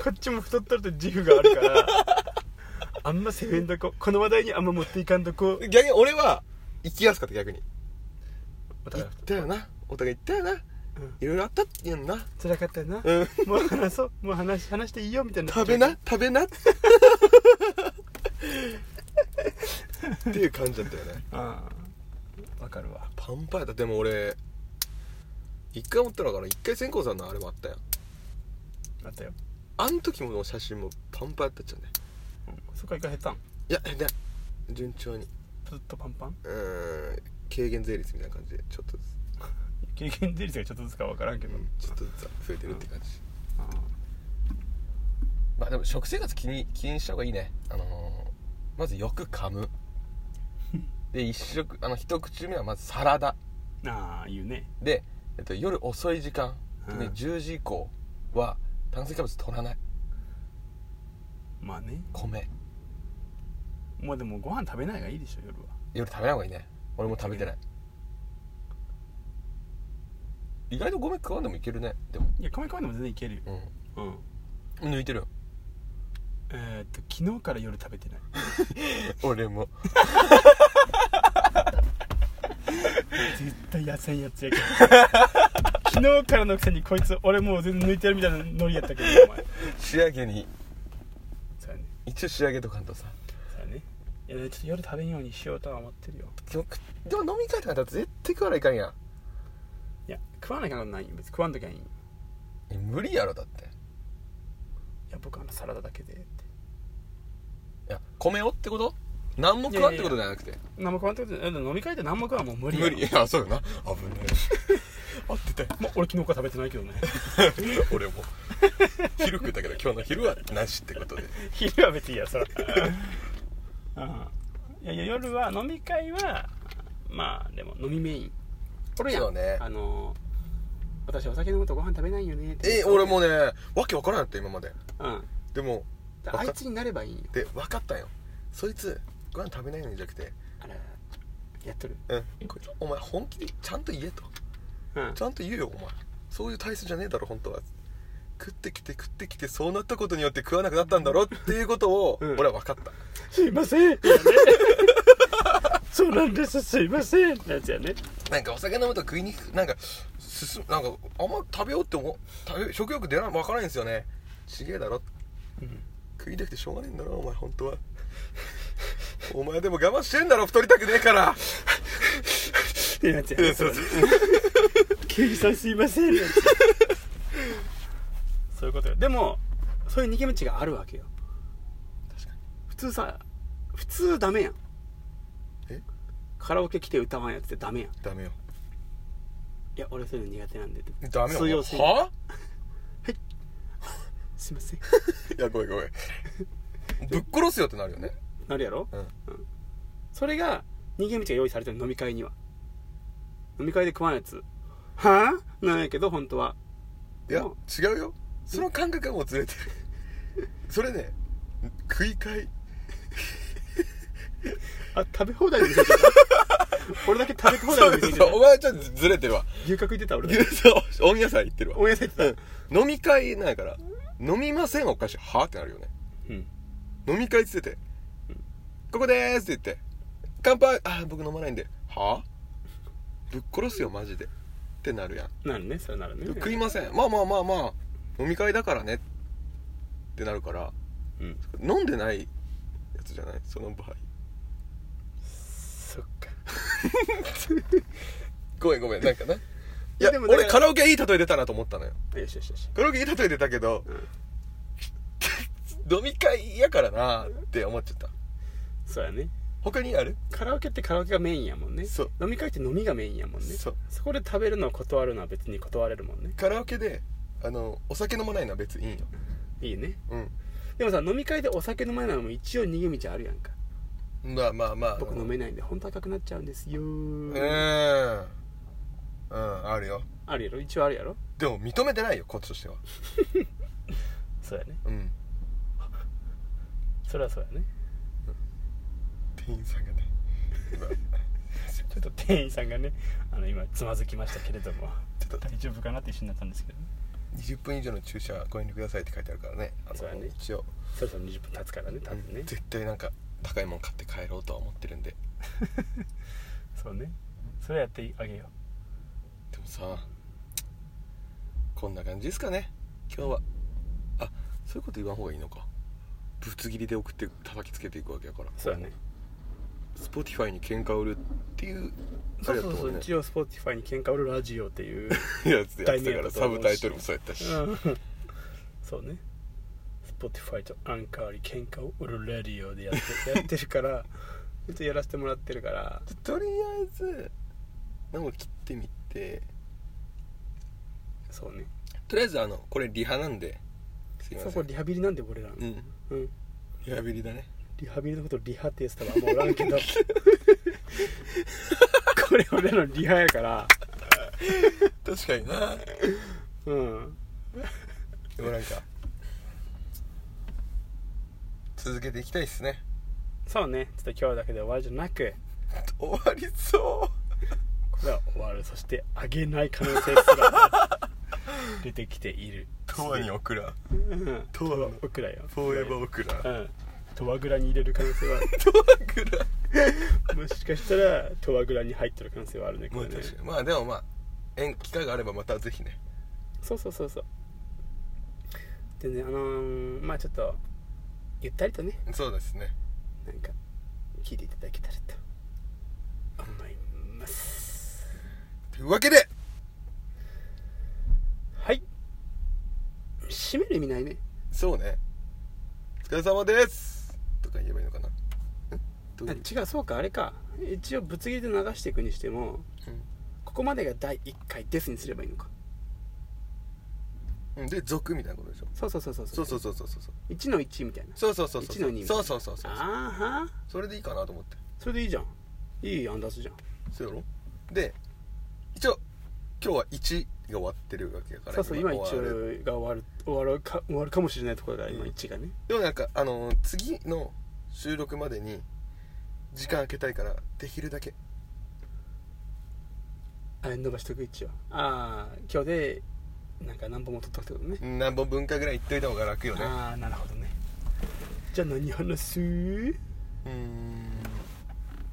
Speaker 2: こっちも太っとると自負があるからあんま攻めんとここの話題にあんま持っていかんとこ
Speaker 1: 逆に俺は行きやすかった逆に行
Speaker 2: お互い
Speaker 1: っ
Speaker 2: 太
Speaker 1: たよなお互い行ったよな
Speaker 2: うん
Speaker 1: いろいろあったって言うんな
Speaker 2: 辛かったよな
Speaker 1: うん
Speaker 2: もう話そうもう話話していいよみたいな
Speaker 1: 食べな食べなっていう感じだったよね
Speaker 2: ああわかるわ
Speaker 1: パンパンやったでも俺一回思ったのかな一回線香さんのあれもあったやん
Speaker 2: あったよ、
Speaker 1: あん時も写真もパンパンやったっちゃうね
Speaker 2: うん、そっから一回減ったん
Speaker 1: いやで順調に
Speaker 2: ずっとパンパン
Speaker 1: うーん軽減税率みたいな感じでちょっとずつ
Speaker 2: 経験税率がちょっとずつかわからんけど、
Speaker 1: うんちょっとずつ増えてるって感じ、
Speaker 2: ああ
Speaker 1: まあでも食生活気に気にした方がいいねあのーまずよく噛むで一食あの一口目はまずサラダ
Speaker 2: ああ言うね
Speaker 1: で、えっと、夜遅い時間、
Speaker 2: うん
Speaker 1: 特に10時以降は炭水化物取らない
Speaker 2: まあね
Speaker 1: 米
Speaker 2: まあでもご飯食べないがいいでしょ夜は
Speaker 1: 夜食べない方がいいね俺も食べてない意外と米食わんでもいけるねでも
Speaker 2: いや米食わんでも全然いけるよ
Speaker 1: う
Speaker 2: うん
Speaker 1: ん抜いてるよ
Speaker 2: えーっと昨日から夜食べてない
Speaker 1: 俺も
Speaker 2: 絶対痩せんやつ やけど昨日からのくせにこいつ俺もう全然抜いてるみたいなノリやったけどお前
Speaker 1: 仕上げに
Speaker 2: そうやね
Speaker 1: 一応仕上げとかんとさ
Speaker 2: そうやねいやちょっと夜食べんようにしようとは思ってるよ
Speaker 1: でもでも飲み会とかだと絶対食わないかんやん
Speaker 2: いや食わなきゃなんないよ別に食わんときゃいいよ
Speaker 1: え無理やろだって
Speaker 2: いや僕あのサラダだけでって
Speaker 1: いや米をってこと何も食わんってことじゃなくて
Speaker 2: 何も食わんってことじゃない飲み会って何も食わんもう無理や
Speaker 1: 無理いやそうよな危ね
Speaker 2: 合ってたよ、まあ、俺昨日から食べてないけどね
Speaker 1: え 俺も昼食ったけど今日の昼はなしってことで
Speaker 2: 昼は別にいいやそら うんいやいや夜は飲み会はまあでも飲みメインこれやん
Speaker 1: そうね
Speaker 2: あの私お酒飲むとご飯食べないよねって
Speaker 1: え俺もねわけわからんやった今まで
Speaker 2: うん
Speaker 1: でも
Speaker 2: だ
Speaker 1: わか
Speaker 2: あいつになればいいんよ
Speaker 1: で分かったんよそいつご飯食べないのにじゃなくて
Speaker 2: あらやっとる
Speaker 1: うんこいつお前本気でちゃんと言えと
Speaker 2: うん
Speaker 1: ちゃんと言えよお前そういう体質じゃねえだろ本当は食ってきて食ってきてそうなったことによって食わなくなったんだろっていうことを
Speaker 2: うん
Speaker 1: 俺は分かった、
Speaker 2: すいません そうなんですすいませんなんつやね
Speaker 1: なんかお酒飲むと食いにくくなんか進むなんかあんま食べようって思う食べ食欲出ないわからないんですよねちげえだろ
Speaker 2: うん
Speaker 1: 食いたくてしょうがねえんだろお前本当はお前でも我慢してんだろ太りたくねえから
Speaker 2: ってなっち ゃう。そう。刑事さんすいません。なんてそういうことよでもそういう逃げ道があるわけよ
Speaker 1: 確かに
Speaker 2: 普通さ普通ダメやん
Speaker 1: え
Speaker 2: カラオケ来て歌わんやつってダメやんい
Speaker 1: ダメよ
Speaker 2: や俺そういうの苦手なんでって
Speaker 1: ダメよ
Speaker 2: 通用性
Speaker 1: は
Speaker 2: すいません
Speaker 1: いやごめんごめんぶっ殺すよってなるよね
Speaker 2: なるやろ
Speaker 1: うん
Speaker 2: それが逃げ道が用意されてる飲み会には飲み会で食わんやつはあなんやけど本当はい
Speaker 1: や
Speaker 2: うん
Speaker 1: 違うよその感覚がもうずれてるそれね食い替え
Speaker 2: あ食べ放題の店行 ってた俺だけ食べ放題の店行ってた
Speaker 1: お前ちょっとずれてるわ
Speaker 2: 牛角行ってた俺だけ
Speaker 1: 牛 そう温野菜行ってるわ
Speaker 2: お野菜行ってた
Speaker 1: 飲み会なんやから飲みませんお菓子はってなるよね
Speaker 2: うん
Speaker 1: 飲み会っつってて「ここでーす」って言って「乾杯あー僕飲まないんではぶっ殺すよマジで」ってなるやん
Speaker 2: なるねそれなるね
Speaker 1: 食いませんまあまあまあまあ飲み会だからねってなるから
Speaker 2: うん
Speaker 1: 飲んでないやつじゃないその場合
Speaker 2: そっか
Speaker 1: ごめんごめんなんかない
Speaker 2: い
Speaker 1: や
Speaker 2: やでもだから
Speaker 1: 俺カラオケいい例え出たなと思ったのよ
Speaker 2: よしよしよし
Speaker 1: カラオケいい例え出たけど
Speaker 2: うん
Speaker 1: 飲み会やからなーって思っちゃった
Speaker 2: そうやね
Speaker 1: 他にある
Speaker 2: カラオケってカラオケがメインやもんね
Speaker 1: そう
Speaker 2: 飲み会って飲みがメインやもんね
Speaker 1: そう
Speaker 2: こで食べるのを断るのは別に断れるもんね
Speaker 1: カラオケであのお酒飲まないのは別にいいよ
Speaker 2: いいね
Speaker 1: う
Speaker 2: でもさ飲み会でお酒飲まないのも一応逃げ道あるやんか
Speaker 1: んまあまあまあ
Speaker 2: 僕飲めないんで本当赤くなっちゃうんですよ
Speaker 1: うーんうんあるよ
Speaker 2: あるやろ一応あるやろ
Speaker 1: でも認めてないよこっちとしては
Speaker 2: そうやね
Speaker 1: うん
Speaker 2: それはそうやね
Speaker 1: 店員さんがね今ち
Speaker 2: ちょっと店員さんがねあの今つまずきましたけれども
Speaker 1: ょっと
Speaker 2: 大丈夫かなって一瞬になったんですけどね
Speaker 1: 20分以上の駐車ご遠慮くださいって書いてあるからねあ
Speaker 2: そうや
Speaker 1: の
Speaker 2: ね
Speaker 1: 一応
Speaker 2: そろそろ20分経つからね多分ね、
Speaker 1: うん絶対なんか高いもん買って帰ろうとは思ってるんで
Speaker 2: そうねそれやってあげよ
Speaker 1: でもさこんな感じですかね今日はあそういうこと言わん方がいいのかぶつ切りで送って叩きつけていくわけやから
Speaker 2: うそうやね
Speaker 1: スポティファイに喧嘩売るっていう
Speaker 2: そうそう
Speaker 1: あ
Speaker 2: そう
Speaker 1: れやった
Speaker 2: 一応 Spotify に喧嘩売るラジオっ ていう、
Speaker 1: もんねやつでやってたか
Speaker 2: 題名
Speaker 1: ら
Speaker 2: だと
Speaker 1: サ
Speaker 2: 思う
Speaker 1: ブ
Speaker 2: し
Speaker 1: タイトルもそうやったし、
Speaker 2: そうね Spotify とアンカーに喧嘩を売るラジオでやってやってる からちょっとやらせてもらってるから
Speaker 1: とりあえずなんか切ってみて
Speaker 2: そうね
Speaker 1: とりあえずあのこれリハなんですいませ
Speaker 2: そ
Speaker 1: ん
Speaker 2: こリハビリなんで俺らの
Speaker 1: うん
Speaker 2: うん
Speaker 1: リハビリだね
Speaker 2: リハビリのことをリハって言ってたらあんまおらんけ どこれ俺らのリハやから
Speaker 1: 確かにな
Speaker 2: うん
Speaker 1: でもなんか続けていきたいっすね
Speaker 2: そうねちょっと今日だけで終わりじゃなく
Speaker 1: 終わりそう
Speaker 2: これは終わるそして上げない可能性すら出てきている
Speaker 1: とわにオクラ
Speaker 2: うん
Speaker 1: とわ
Speaker 2: オクラよ
Speaker 1: フォーエバーオク ラ
Speaker 2: うんトワグラに入れる可能性は
Speaker 1: とわグラ
Speaker 2: もしかしたらトワグラに入ってる可能性はあるねこ
Speaker 1: まあ
Speaker 2: れね
Speaker 1: 確かにまあでもまあ縁機会があればまたぜひね
Speaker 2: そうそうそうそうでねあのー、まあちょっとゆったりとね
Speaker 1: そうですね
Speaker 2: なんか聞いていただけたらと思います
Speaker 1: というわけで
Speaker 2: はい締める意味ないね
Speaker 1: そうねお疲れ様ですとか言えばいいのかなどう
Speaker 2: あ
Speaker 1: いう
Speaker 2: 違うそうかあれか一応ぶつ切りで流していくにしてもここまでが第1回ですにすればいいのか
Speaker 1: うんで俗みたいなことでしょ
Speaker 2: そうそうそうそう
Speaker 1: そうそうそうそうそう
Speaker 2: 1の1みたいな
Speaker 1: そうそうそうそう
Speaker 2: 一の二みたい
Speaker 1: そ
Speaker 2: な
Speaker 1: うそうそうそう
Speaker 2: あーは
Speaker 1: それでいいかなと思って
Speaker 2: それでいいじゃんいいアンダースじゃん
Speaker 1: そうやろで一応今日は1が終わってるわけやから
Speaker 2: そうそう今一
Speaker 1: 終わる
Speaker 2: 応が終わる終わるか終わるかもしれないところが今
Speaker 1: うん
Speaker 2: 1がね、
Speaker 1: でもなんかあの次の収録までに時間空けたいからできるだけ
Speaker 2: あれ伸ばしとく一応ああ今日でなんか何本も取っとくってことね
Speaker 1: 何本分かぐらい言っといた方が楽よね
Speaker 2: ああなるほどねじゃあ何話す
Speaker 1: うーん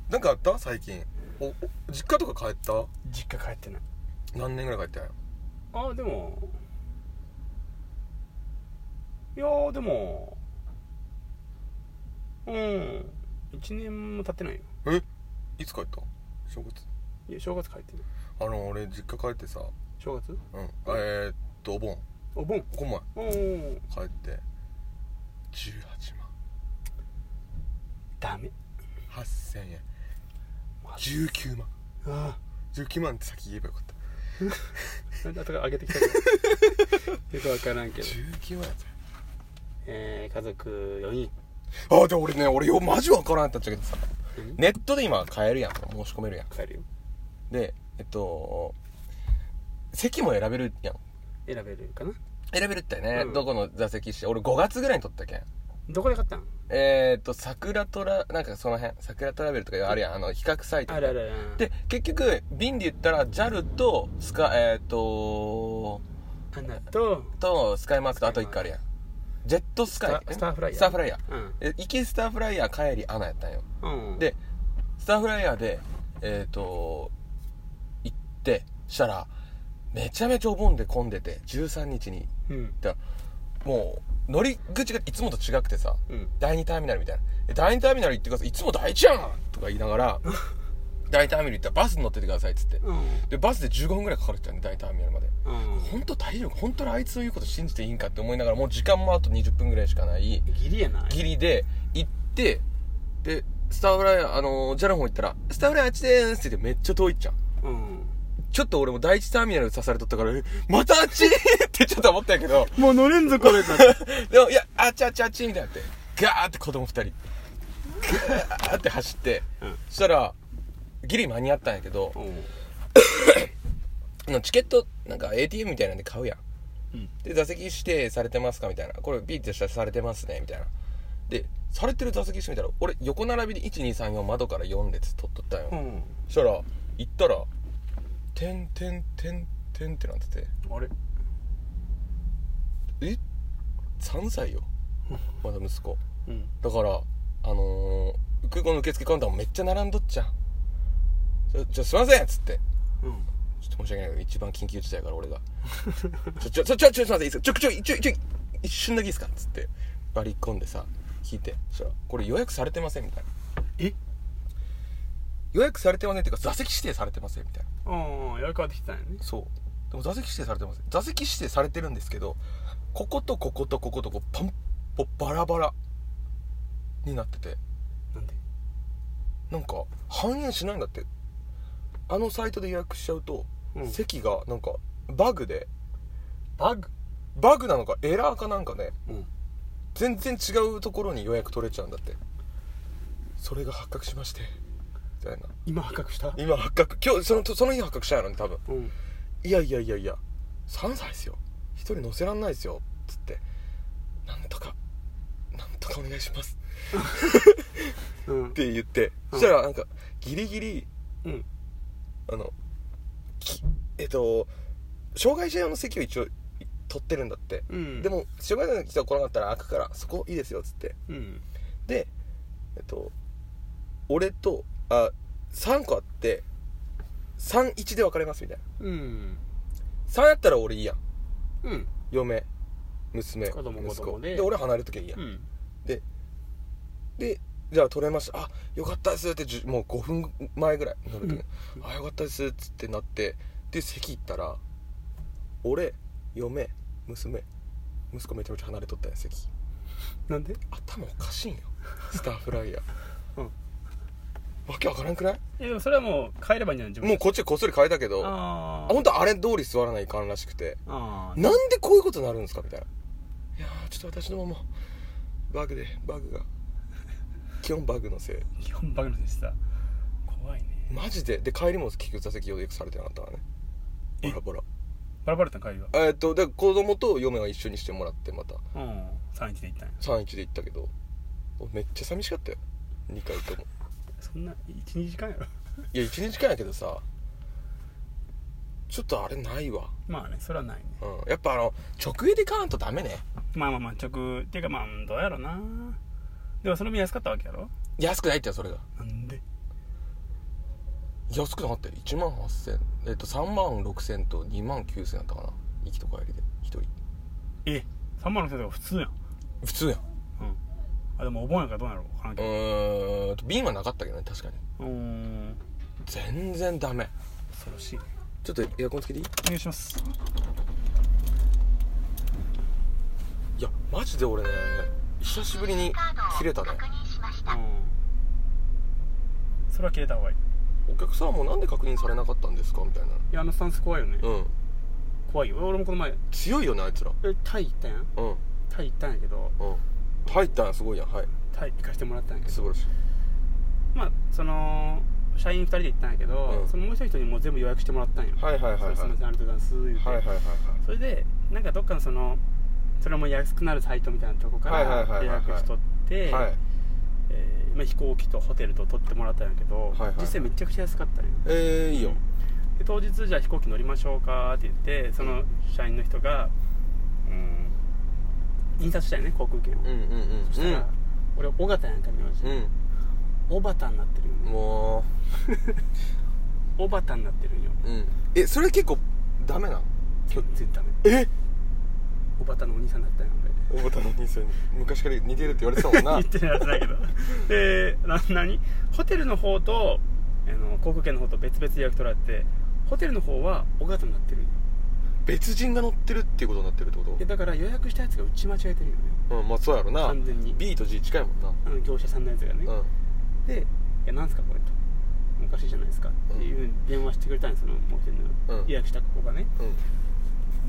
Speaker 1: なんかあった最近おお実家とか帰った
Speaker 2: 実家帰ってない
Speaker 1: 何年ぐらい帰ったんや
Speaker 2: ああでもいやーでもうん1年も経ってないよ
Speaker 1: えいつ帰った正月
Speaker 2: いや正月帰ってる
Speaker 1: あの俺実家帰ってさ
Speaker 2: 正月
Speaker 1: うんえー、っとお盆
Speaker 2: お盆
Speaker 1: ここ
Speaker 2: おお
Speaker 1: 前帰って18万
Speaker 2: ダメ
Speaker 1: 8000円
Speaker 2: マジ
Speaker 1: 19万
Speaker 2: あ
Speaker 1: 19万って先言えばよかった
Speaker 2: あだから上げてきたけど よくわからんけど、
Speaker 1: 19万やった
Speaker 2: えー、家族4人
Speaker 1: あで俺ね俺よマジわからんやったっちゃけどさネットで今買えるやん申し込めるやん
Speaker 2: 帰るよ
Speaker 1: でえっと席も選べるやん
Speaker 2: 選べるかな
Speaker 1: 選べるってね、
Speaker 2: うん
Speaker 1: どこの座席して俺5月ぐらいに取ったけん
Speaker 2: どこで買ったん
Speaker 1: えー、っと桜トラなんかその辺桜トラベルとかあるやんあの比較サイト
Speaker 2: あららら
Speaker 1: で結局便で言ったら JAL とスカえー、っと
Speaker 2: アナと
Speaker 1: とスカイマークとあと1個あるやんジェットスカイ
Speaker 2: スタスターフライヤー
Speaker 1: スターフライヤー
Speaker 2: うん
Speaker 1: え行きスターフライヤー帰りアナやったんよ
Speaker 2: うん
Speaker 1: でスターフライヤーでえっ、と行ってしたらめちゃめちゃお盆で混んでて13日に
Speaker 2: うん
Speaker 1: だからもう乗り口がいつもと違くてさ
Speaker 2: うん
Speaker 1: 第2ターミナルみたいな「え第2ターミナル行ってくださいいつも第1やん!」とか言いなが ら第2ターミナル行ったらバスに乗っててくださいっつって
Speaker 2: うん
Speaker 1: でバスで15分ぐらいかかるって言ったんで第2ターミナルまで
Speaker 2: うん
Speaker 1: 本当体力本当にあいつの言うこと信じていいんかって思いながらもう時間もあと20分ぐらいしかない
Speaker 2: ギリやな
Speaker 1: ギリで行ってでスターフライヤーあのー、ジャラの方行ったら「スターフライヤーあっちでーす」って言ってめっちゃ遠いっちゃん
Speaker 2: うん
Speaker 1: ちょっと俺も第一ターミナル刺されとったから「えまたあっち!」 ってちょっと思ったんやけど
Speaker 2: もう乗れんぞこれだ
Speaker 1: でも「いやあっちあっちあっち」みたいになってガーって子供2人ガーって走って、
Speaker 2: うん
Speaker 1: そしたらギリ間に合ったんやけど
Speaker 2: うん
Speaker 1: あのチケットなんか ATM みたいなんで買うやん
Speaker 2: うん
Speaker 1: で座席指定されてますかみたいなこれビーってしたらされてますねみたいなでされてる座席してみたら俺横並びで1234窓から4列取っとったんよ、
Speaker 2: うん
Speaker 1: そしたら行ったら「てんてんてんてん」ってなってて
Speaker 2: あれ
Speaker 1: え3歳よまだ息子
Speaker 2: うん
Speaker 1: だからあのー、空港の受付カウンターもめっちゃ並んどっちゃん「ちょちょすいません」っつって
Speaker 2: うん
Speaker 1: ちょっと申し訳ないけど、一番緊急事態やから、俺が。ちょ、ちょ、ちょ、ちょ、ちょ、すいません、いいですかちょ、ちょ、ちょ、ちょ、一瞬だけいいですかつって、割り込んでさ、聞いて、そしたら、これ予約されてませんみたいな。
Speaker 2: え
Speaker 1: 予約されてませんっていうか、座席指定されてませんみたいな。
Speaker 2: うんやる変わってきたんやね
Speaker 1: そう。でも座席指定されてません。座席指定されてるんですけど、こことこことこことこ、パンポバラバラになってて、
Speaker 2: なんで
Speaker 1: なんか、反映しないんだって。あのサイトで予約しちゃうと、
Speaker 2: うん
Speaker 1: 席が、なんか、バグで、
Speaker 2: バグ
Speaker 1: バグなのかエラーかなんかね
Speaker 2: うん
Speaker 1: 全然違うところに予約取れちゃうんだってそれが発覚しましてみたいな
Speaker 2: 今破格した
Speaker 1: 今発覚今日そのその日発覚したやろね多分
Speaker 2: うん
Speaker 1: いやいやいやいや3歳ですよ一人乗せらんないですよつってなんとかなんとかお願いします
Speaker 2: うん
Speaker 1: って言って
Speaker 2: う
Speaker 1: そ
Speaker 2: ん
Speaker 1: したらなんかギリギリ
Speaker 2: うん
Speaker 1: あのきえっと障害者用の席を一応取ってるんだって
Speaker 2: うん
Speaker 1: でも障害者の人が来なかったら開くからそこいいですよつって
Speaker 2: うん
Speaker 1: でえっと俺とあ3個あって31で別れますみたいな
Speaker 2: うん
Speaker 1: 3やったら俺いいやん
Speaker 2: うん
Speaker 1: 嫁娘
Speaker 2: 子供
Speaker 1: 息
Speaker 2: 子
Speaker 1: 子
Speaker 2: 供で
Speaker 1: で俺離れときゃいいやん、
Speaker 2: うん
Speaker 1: でじゃあ取れましたあよかったですってじゅもう5分前ぐらい乗る時に、
Speaker 2: うん
Speaker 1: あよかったですっつってなってで席行ったら俺嫁娘息子めちゃめちゃ離れとったんや席
Speaker 2: なんで
Speaker 1: 頭おかし いんよスターフライヤー
Speaker 2: う
Speaker 1: わけわからんくない
Speaker 2: えでもそれはもう帰ればいいんじゃない自分
Speaker 1: もうこっちこっそり変えたけどあ
Speaker 2: ああ
Speaker 1: 本当あれ通り座らないかんらしくて
Speaker 2: ああ
Speaker 1: なんでこういうことになるんですかみたいないやーちょっと私のももうバグでバグが基本バグのせい
Speaker 2: 基本バグの選手さ怖いね
Speaker 1: マジでで帰りも結局座席予約されてなかったからね
Speaker 2: え
Speaker 1: バラバラ
Speaker 2: バラバラだったん帰りは
Speaker 1: えーっとで子供と嫁は一緒にしてもらってまた
Speaker 2: うん31で行ったんや
Speaker 1: 31で行ったけどめっちゃ寂しかったよ2回とも
Speaker 2: そんな12時間やろ
Speaker 1: いや1日間やけどさちょっとあれないわ、
Speaker 2: まあねそれはないね
Speaker 1: うん、やっぱあの直営で買わんとダメね
Speaker 2: まあまあまあ直っていうかまあどうやろうなでもその分安かったわけやろ
Speaker 1: 安くないってよそれが
Speaker 2: なんで
Speaker 1: 安くなかったよ1万8000えっと3万6000と2万9000だったかな行きと帰りで1人
Speaker 2: え3万の人が普通やん
Speaker 1: 普通やん
Speaker 2: うんあでもお盆やからどうやろうわからん
Speaker 1: う
Speaker 2: けど
Speaker 1: ーんと瓶はなかったけどね確かに
Speaker 2: うーん
Speaker 1: 全然ダメ
Speaker 2: 恐ろしい
Speaker 1: ちょっとエアコンつけていい
Speaker 2: お願いします
Speaker 1: マジで俺ね久しぶりに切れたね
Speaker 2: うんそれは切れた方がいい
Speaker 1: お客さんはもうなんで確認されなかったんですかみたいない
Speaker 2: やあのスタンス怖いよね、
Speaker 1: うん
Speaker 2: 怖いよ俺もこの前
Speaker 1: 強いよねあいつら
Speaker 2: えタイ行ったやん
Speaker 1: うんうん
Speaker 2: タイ行ったんやけど
Speaker 1: 入ったんすごいやんはい
Speaker 2: タイ行かしてもらったんやけど
Speaker 1: 素晴らしい
Speaker 2: まあその社員2人で行ったんやけど、
Speaker 1: うん
Speaker 2: そのもう一人の人にもう全部予約してもらったんよ
Speaker 1: はいはいはいはい
Speaker 2: それすみませんありがとうございます言うて、
Speaker 1: はいはいはいはい
Speaker 2: それでなんかどっかのそのそれも安くなるサイトみたいなとこか
Speaker 1: はいはいはい
Speaker 2: ら
Speaker 1: はい
Speaker 2: 予
Speaker 1: はい
Speaker 2: 約しとって
Speaker 1: はい
Speaker 2: えーまあ飛行機とホテルと取ってもらったんやけど、
Speaker 1: はいはい
Speaker 2: 実際めちゃくちゃ安かったんよ
Speaker 1: えー、いいよ
Speaker 2: で当日じゃあ飛行機乗りましょうかって言ってその社員の人が、うん、印刷したよね航空券
Speaker 1: う
Speaker 2: を、
Speaker 1: んうんうん
Speaker 2: そしたら、俺尾形やんか名字
Speaker 1: うん
Speaker 2: 尾形になってるよ
Speaker 1: うん
Speaker 2: ね
Speaker 1: も
Speaker 2: 尾形になってるんよ
Speaker 1: ううんえそれ結構ダメなの
Speaker 2: 全然ダメ
Speaker 1: え
Speaker 2: 尾形のお兄さんだったんよ俺
Speaker 1: おばたの兄さんに昔から似てるって言われてたもんな
Speaker 2: 言ってるやつだけどでな何ホテルの方とあの航空券の方と別々予約取られてホテルの方は尾形になってるんよ
Speaker 1: 別人が乗ってるっていうことになってるってこ
Speaker 2: でだから予約したやつが打ち間違えてるよね
Speaker 1: とうんまあそうやろな
Speaker 2: 完全に
Speaker 1: B と G 近いもんな
Speaker 2: あの業者さんのやつがね、
Speaker 1: うん
Speaker 2: で「いやなんすかこれ」と「おかしいじゃないですか」っていうふうに電話してくれたんですそのもう一人の
Speaker 1: うん
Speaker 2: 予約した子がね
Speaker 1: うん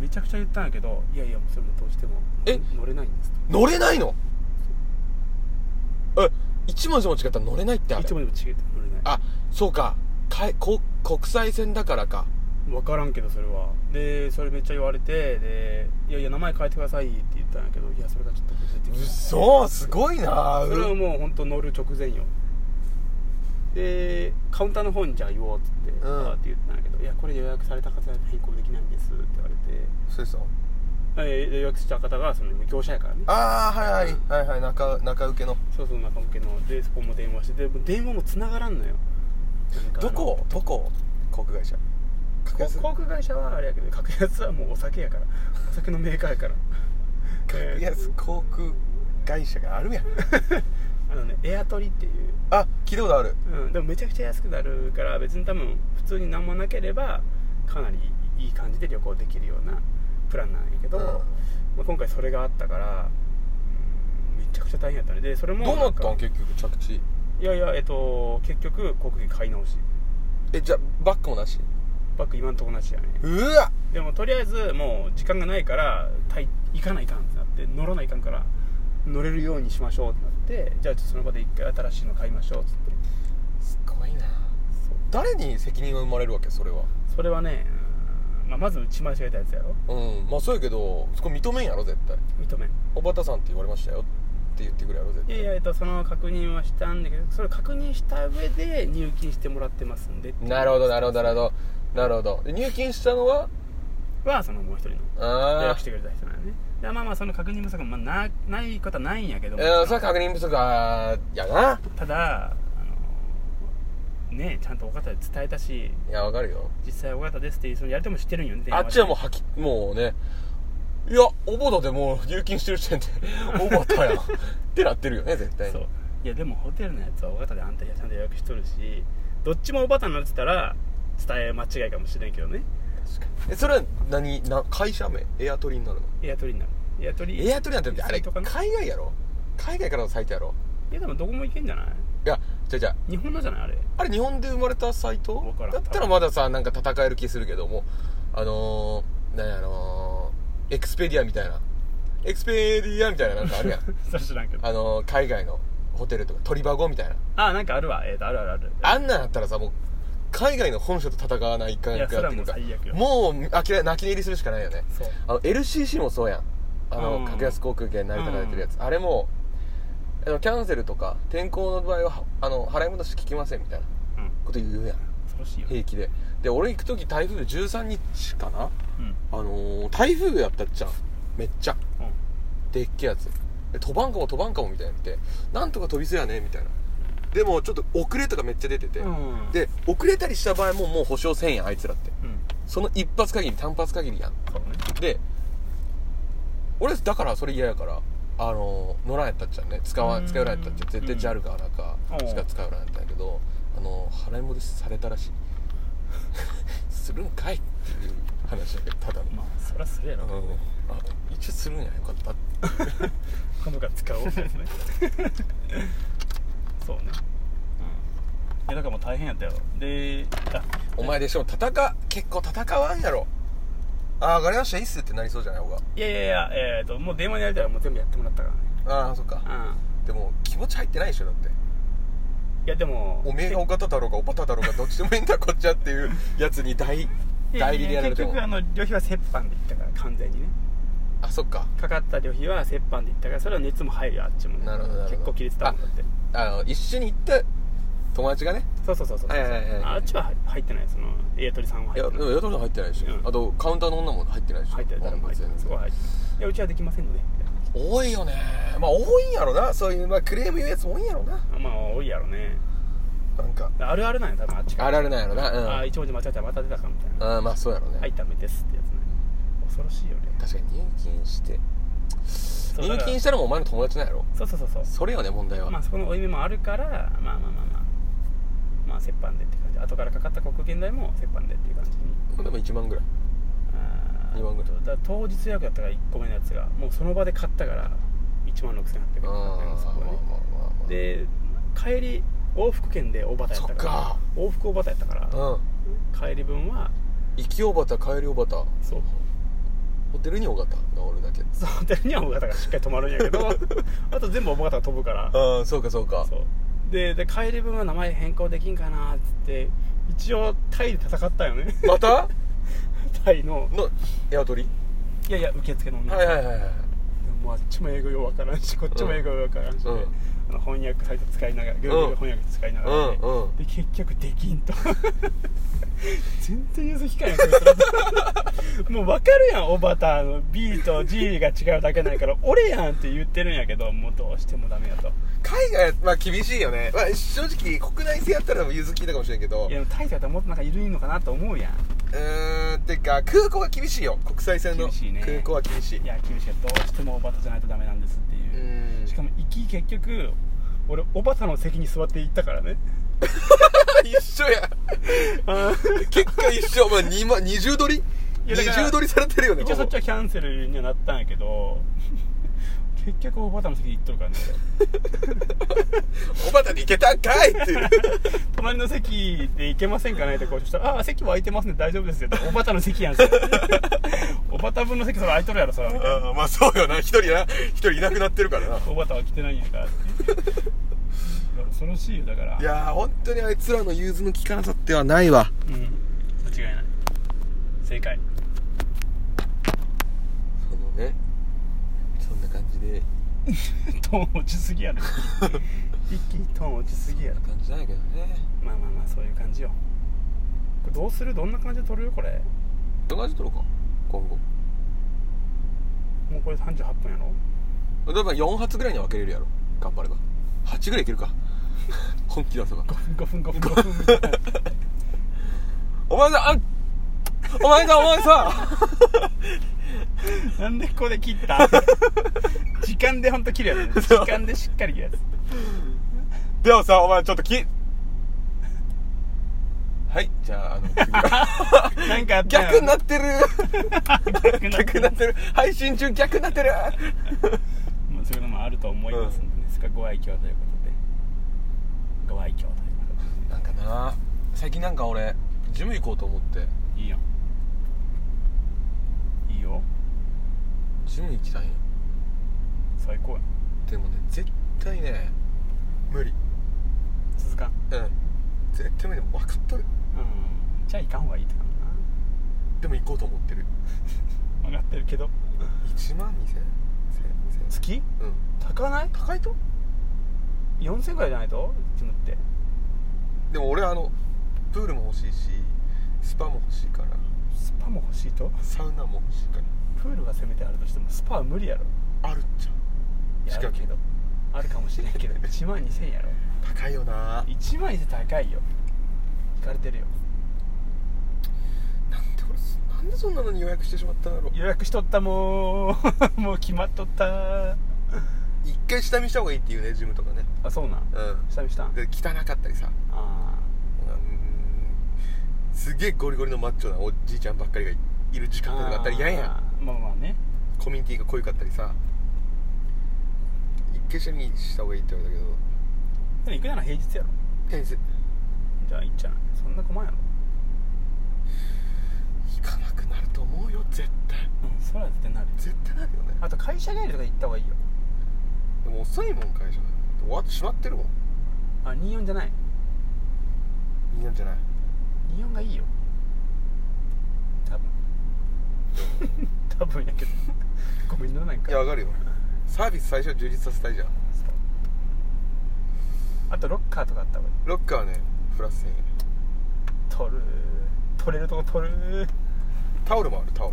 Speaker 2: めちゃくちゃ言ったんやけど「いやいやもうそれもどうしても
Speaker 1: え
Speaker 2: 乗れないんです」
Speaker 1: 乗れないのえ一文字も違ったら乗れないって
Speaker 2: と
Speaker 1: あ
Speaker 2: い
Speaker 1: れ
Speaker 2: つもでも違えて乗れない
Speaker 1: あそうかかいこ国際線だからか
Speaker 2: 分からんけどそれはでそれめっちゃ言われてで「いやいや名前変えてください」って言ったんやけどいやそれがちょっと難しい
Speaker 1: 嘘すごいな
Speaker 2: それはもう本当乗る直前よでカウンターの方にじゃあ言おうっつって、
Speaker 1: ん
Speaker 2: あーって言ったんやけど「いやこれ予約された方は変更できないんです」って言われて
Speaker 1: そうですよ
Speaker 2: あいや予約した方がその業者やからね
Speaker 1: ああはいはいはいはい中中受けの
Speaker 2: そうそう中向けのでそこも電話してでも電話も繋がらんのよなんかあ
Speaker 1: ど
Speaker 2: の
Speaker 1: こどこ航空会社格
Speaker 2: こ
Speaker 1: 安
Speaker 2: 航空会社はあれやけど格安はもうお酒やからお酒のメーカーやから
Speaker 1: 格
Speaker 2: え
Speaker 1: 安航空会社があるやん
Speaker 2: ーあのねエアトリっていう、
Speaker 1: あ聞いたことある
Speaker 2: うん、でもめちゃくちゃ安くなるから別に多分普通に何もなければかなりいい感じで旅行できるようなプランなんやけど、
Speaker 1: うん
Speaker 2: まあ、今回それがあったからうんめちゃくちゃ大変やったねでそれも
Speaker 1: どうなっ
Speaker 2: ん
Speaker 1: た
Speaker 2: か
Speaker 1: ん結局着地
Speaker 2: いやいやえっと結局航空機買い直し
Speaker 1: えじゃあバックもなし
Speaker 2: バッグ今んとこなしやね
Speaker 1: うわ
Speaker 2: でもとりあえずもう時間がないからタイ行かないかんってなって乗らないかんから乗れるようにしましょうってなってじゃあちょっとその場で一回新しいの買いましょうっつって
Speaker 1: すごいな誰に責任が生まれるわけそれは
Speaker 2: それはね、うーんまあ、まず打ち間違えたやつやろ
Speaker 1: うんまあそうやけどそこ認めんやろ絶対
Speaker 2: 認めん
Speaker 1: 「おばたさんって言われましたよ」って言ってくれやろ絶
Speaker 2: い
Speaker 1: 対
Speaker 2: やいや、えっと、その確認はしたんだけどそれ確認した上で入金してもらってますんでっていう
Speaker 1: なるほどなるほどなるほどなるほどで入金したのは
Speaker 2: はそのもう一人の予
Speaker 1: あ
Speaker 2: 約してくれた人なんねでまあまあその確認不足も、まあ、なないことはないんやけど
Speaker 1: あ
Speaker 2: も
Speaker 1: それは確認不足あーやな
Speaker 2: ただあのねちゃんと尾形で伝えたし
Speaker 1: いやわかるよ
Speaker 2: 実際尾形ですってそのやりとりもしてるんよね電
Speaker 1: あ
Speaker 2: 話
Speaker 1: っ
Speaker 2: で
Speaker 1: ちはもうはきもうねいやおばたでもう入金してる時点で おばたやんってなってるよね絶対
Speaker 2: そう
Speaker 1: に
Speaker 2: いやでもホテルのやつは尾形であんたちゃんと予約しとるしどっちも尾形になってたら伝え間違いかもしれんけどね
Speaker 1: えそれは何な会社名エアトリになるの
Speaker 2: エアトリになるエアトリ
Speaker 1: エアトリなんてあ
Speaker 2: サ
Speaker 1: れ
Speaker 2: イトか
Speaker 1: 海
Speaker 2: な
Speaker 1: 外やろ海外からのサイトやろ
Speaker 2: いやでもどこも行けんじゃない
Speaker 1: いやじゃあじゃあ
Speaker 2: 日本のじ ゃないあれ
Speaker 1: あれ日本で生まれたサイト
Speaker 2: わからん
Speaker 1: だったらまださなんか戦える気するけどもあのー、なんやあのー、エクスペディアみたいなエクスペディアみたいななんかあるやん
Speaker 2: それ知らんけどあ
Speaker 1: あのー、海外のホテルとか鳥箱みたいな
Speaker 2: あなんかあるわえっ、とあるあるある
Speaker 1: あんなんやったらさもう海外の本社と戦わないかん
Speaker 2: いや
Speaker 1: くなってくるか
Speaker 2: それはもう最悪
Speaker 1: ら
Speaker 2: よ
Speaker 1: もうあきら泣き寝入りするしかないよね
Speaker 2: そう
Speaker 1: あの LCC もそうやんあの、
Speaker 2: うん
Speaker 1: 格安航空券成田から出てるやつ、あれもあのキャンセルとか転校の場合ははあの払い戻し聞きませんみたいな
Speaker 2: うん
Speaker 1: こと言うやん
Speaker 2: 恐ろしいよ、
Speaker 1: 平気でで俺行く時台風13日かな
Speaker 2: うんうん、
Speaker 1: あのー、台風やったっちゃんめっちゃでっけえやつで飛ばんかも飛ばんかもみたいになってなんとか飛びそうやねみたいなでもちょっと遅れとかめっちゃ出てて、
Speaker 2: うん、
Speaker 1: で遅れたりした場合ももう保証せんやんあいつらって
Speaker 2: うん
Speaker 1: その一発限り単発限りやん
Speaker 2: そうね
Speaker 1: で俺だからそれ嫌やからあの乗らんやったっちゃね使わ
Speaker 2: うん
Speaker 1: 使うらんやったっちゃ絶対
Speaker 2: う
Speaker 1: JAL
Speaker 2: ん
Speaker 1: かなんかしか使うらんやったんやけどあの払い 戻しされたらしいするんかいっていう話だけどただの
Speaker 2: まあそれラスするやろ
Speaker 1: うんあ一応するんやよかった
Speaker 2: 今度から使おうってやつ ねそうねうんいやだからもう大変やったよであ
Speaker 1: お前でしょ戦結構戦わんやろああ上がりましたいいっすってなりそうじゃないほうが
Speaker 2: いやいやいやえっ、ともう電話でやりたらもう全部やってもらったか
Speaker 1: ああそっから
Speaker 2: ね
Speaker 1: でも気持ち入ってないでしょだって
Speaker 2: うんいやでも
Speaker 1: おめえがお方だろうがおばただろうがどっちでもいいんだこっちはっていうやつに代代理でやられても
Speaker 2: 結局あの旅費は折半で行ったから完全にね
Speaker 1: あそっか
Speaker 2: かかった旅費は折半で行ったからそれは熱も入るよあっちもね
Speaker 1: なるほどなるほど
Speaker 2: 結構切れてたもんだって
Speaker 1: あの一緒に行った友達がね
Speaker 2: そうそうそうそう、
Speaker 1: はいはいはいはい
Speaker 2: あっちは入ってないそのエアトリさんはい入
Speaker 1: や
Speaker 2: っ
Speaker 1: で
Speaker 2: てない
Speaker 1: もやったこと入ってないでしょ、
Speaker 2: うん
Speaker 1: あとカウンターの女も入ってないでしょ
Speaker 2: 入ってない誰も入ってない
Speaker 1: 全然
Speaker 2: そこは入ってないいやうちはできませんのでみたいな
Speaker 1: 多いよねまあ多いんやろなそういう、まあ、クレーム言うやつも多いんやろな
Speaker 2: あまあ多いやろね
Speaker 1: なんか
Speaker 2: あるあるなんや多分あっちから
Speaker 1: あられないやろなうん
Speaker 2: あ一文字間違えたらまた出たかみたいな
Speaker 1: うんまあそうやろね、
Speaker 2: はいダメですってやつね恐ろしいよね
Speaker 1: 確かに入金して
Speaker 2: そう
Speaker 1: 入
Speaker 2: だから
Speaker 1: 金したのもお前の友達なんやろ
Speaker 2: そうそうそうそう
Speaker 1: それよね問題は、
Speaker 2: まあそこの負い目もあるからまあまあまあまあまあ折半でって感じ後からかかった国現代も折半でっていう感じに
Speaker 1: でも1万ぐらい
Speaker 2: あー
Speaker 1: 2万ぐらい
Speaker 2: だから当日予約だったから1個目のやつがもうその場で買ったから1万6800円だった
Speaker 1: ああまあ
Speaker 2: よねそこはね
Speaker 1: まあまあまあ
Speaker 2: で帰り往復券で大バタやったから
Speaker 1: そっか
Speaker 2: 往復大バタやったから
Speaker 1: うん
Speaker 2: 帰り分は
Speaker 1: 行きおばた帰りおばた
Speaker 2: そう
Speaker 1: ホテルにおがたがおるだけ
Speaker 2: そうホテルには大型がしっかり泊まるんやけど あと全部大型が飛ぶから
Speaker 1: ああそうかそうか
Speaker 2: そうでで帰り分は名前変更できんかなっつって一応タイで戦ったよね
Speaker 1: また
Speaker 2: タイの
Speaker 1: のエアトリ
Speaker 2: いやいや受付の女の子
Speaker 1: はいはいはいはい
Speaker 2: でももうあっちも英語ようわからんしこっちも英語ようわからんし、で
Speaker 1: うん
Speaker 2: あの翻訳サイト使いながら Google 翻訳使いながらね、
Speaker 1: うんうん
Speaker 2: で結局できんと全然譲る機会ないこいつもうわかるやんおばたの B と G が違うだけないから俺やんって言ってるんやけどもうどうしてもダメやと
Speaker 1: 海外はまあ厳しいよね、まあ、正直国内線やったらゆずきいたかもしれんけど
Speaker 2: いやでもタイだともっとなんか緩いのかなと思うやん
Speaker 1: うーんてか空港が厳しいよ国際線の
Speaker 2: 厳しいね
Speaker 1: 空港は厳しい
Speaker 2: いや厳しいどうしてもおばたじゃないとダメなんですって
Speaker 1: う
Speaker 2: いう、
Speaker 1: ん
Speaker 2: しかも行き結局俺おばたの席に座って行ったからね
Speaker 1: 一緒や
Speaker 2: あー
Speaker 1: 結果一緒まあ2万20ドリ
Speaker 2: いやだから
Speaker 1: 20ドリされてるよね
Speaker 2: 一応
Speaker 1: ほ
Speaker 2: そっち
Speaker 1: ぼ
Speaker 2: はキャンセルにはなったんやけど 結局おばたの席行っとるからね
Speaker 1: おばたに行けたんかい っていう
Speaker 2: 俺隣の席で行けませんかねって交渉したら「ああー席は空いてますね大丈夫ですよ」っておばたの席 やんそれおばた分の席それ空いとるやろそれ
Speaker 1: あーまあそうよな一人な一人いなくなってるからな
Speaker 2: おばたは来てないんやからっていういや恐ろしいよだから
Speaker 1: いやー本当にあいつらの融通の利かなさってはないわ
Speaker 2: うん間違いない正 解
Speaker 1: そのねそんな感じで
Speaker 2: トーン落ちすぎやろ一気にトーン落ちすぎやろ
Speaker 1: 感じないけどね
Speaker 2: まあまあまあそういう感じよこれどうするどんな感じで撮るよこれ
Speaker 1: どんな感じで撮ろうか今後
Speaker 2: もうこれ38分やろ
Speaker 1: 例えば4発ぐらいには分けれるやろ頑張れば8ぐらいいけるか 本気出せば
Speaker 2: 5分5分5分みたいな
Speaker 1: お前さあお前さお前さ
Speaker 2: なんでここで切った時間でほんと切るやつね 時
Speaker 1: そう
Speaker 2: 間でしっかり切るやつ
Speaker 1: でもさお前ちょっときはいじゃああの次は
Speaker 2: なんかあった
Speaker 1: 逆になってる
Speaker 2: 逆にな
Speaker 1: 逆になってる配信中逆になってる
Speaker 2: まあそういうのもあると思いますんでね、それからご愛嬌ということでご愛嬌というこ
Speaker 1: なんかな最近なんか俺ジム行こうと思って
Speaker 2: とでいいよいいよ
Speaker 1: ジム行きたいんよ
Speaker 2: 最高や
Speaker 1: でもね絶対ね無理
Speaker 2: 続かん
Speaker 1: うん絶対無理でも分かっとる
Speaker 2: うんじゃあ行かんほうがいいってかも
Speaker 1: でも行こうと思ってる
Speaker 2: な分かってるけど
Speaker 1: 1万2000千
Speaker 2: 月
Speaker 1: 千うん
Speaker 2: 高ない
Speaker 1: 高いと
Speaker 2: 4000ぐらいじゃないとジムって
Speaker 1: でも俺あのプールも欲しいしスパも欲しいから
Speaker 2: スパも欲しいと
Speaker 1: サウナも欲しいか
Speaker 2: プールがせめてあるとしてもスパは無理やろ
Speaker 1: らあるっちゃ
Speaker 2: いやあ
Speaker 1: 近く
Speaker 2: るけどあるかもしれん けど1万2000円やろ
Speaker 1: 高いよな
Speaker 2: 1万2000高いよ引かれてるよ
Speaker 1: なんで俺なんでそんなのに予約してしまったんだろう
Speaker 2: 予約しとったもう もう決まっとった
Speaker 1: 一回下見した方がいいっていうねジムとかね
Speaker 2: あそうなん
Speaker 1: う
Speaker 2: 下見したん
Speaker 1: んで汚かったりさ
Speaker 2: あ
Speaker 1: うんすげえゴリゴリのマッチョなおじいちゃんばっかりがいる時
Speaker 2: ー
Speaker 1: 間とかあったら嫌やん
Speaker 2: あ
Speaker 1: コミュニティが濃いかったりさ一軒家にした方がいいって言われたけど
Speaker 2: でも行くなら平日やろ
Speaker 1: 平日
Speaker 2: じゃあいいんじゃないそんな困んやろ
Speaker 1: 行かなくなると思うよ絶対
Speaker 2: うんそら絶対なる
Speaker 1: 絶対なるよね
Speaker 2: あと会社帰りとか行った方がいいよ
Speaker 1: でも遅いもん会社終わってしまってるもん
Speaker 2: あ24じゃない
Speaker 1: いいなんじゃない
Speaker 2: 24がいいよ多分 多分やけどごめんななん
Speaker 1: い
Speaker 2: か
Speaker 1: やわかるよサービス最初充実させたいじゃん
Speaker 2: あとロッカーとかあった方がいい
Speaker 1: ロッカーはねプラス1000円
Speaker 2: 取る取れるとこ取る
Speaker 1: タオルもあるタオ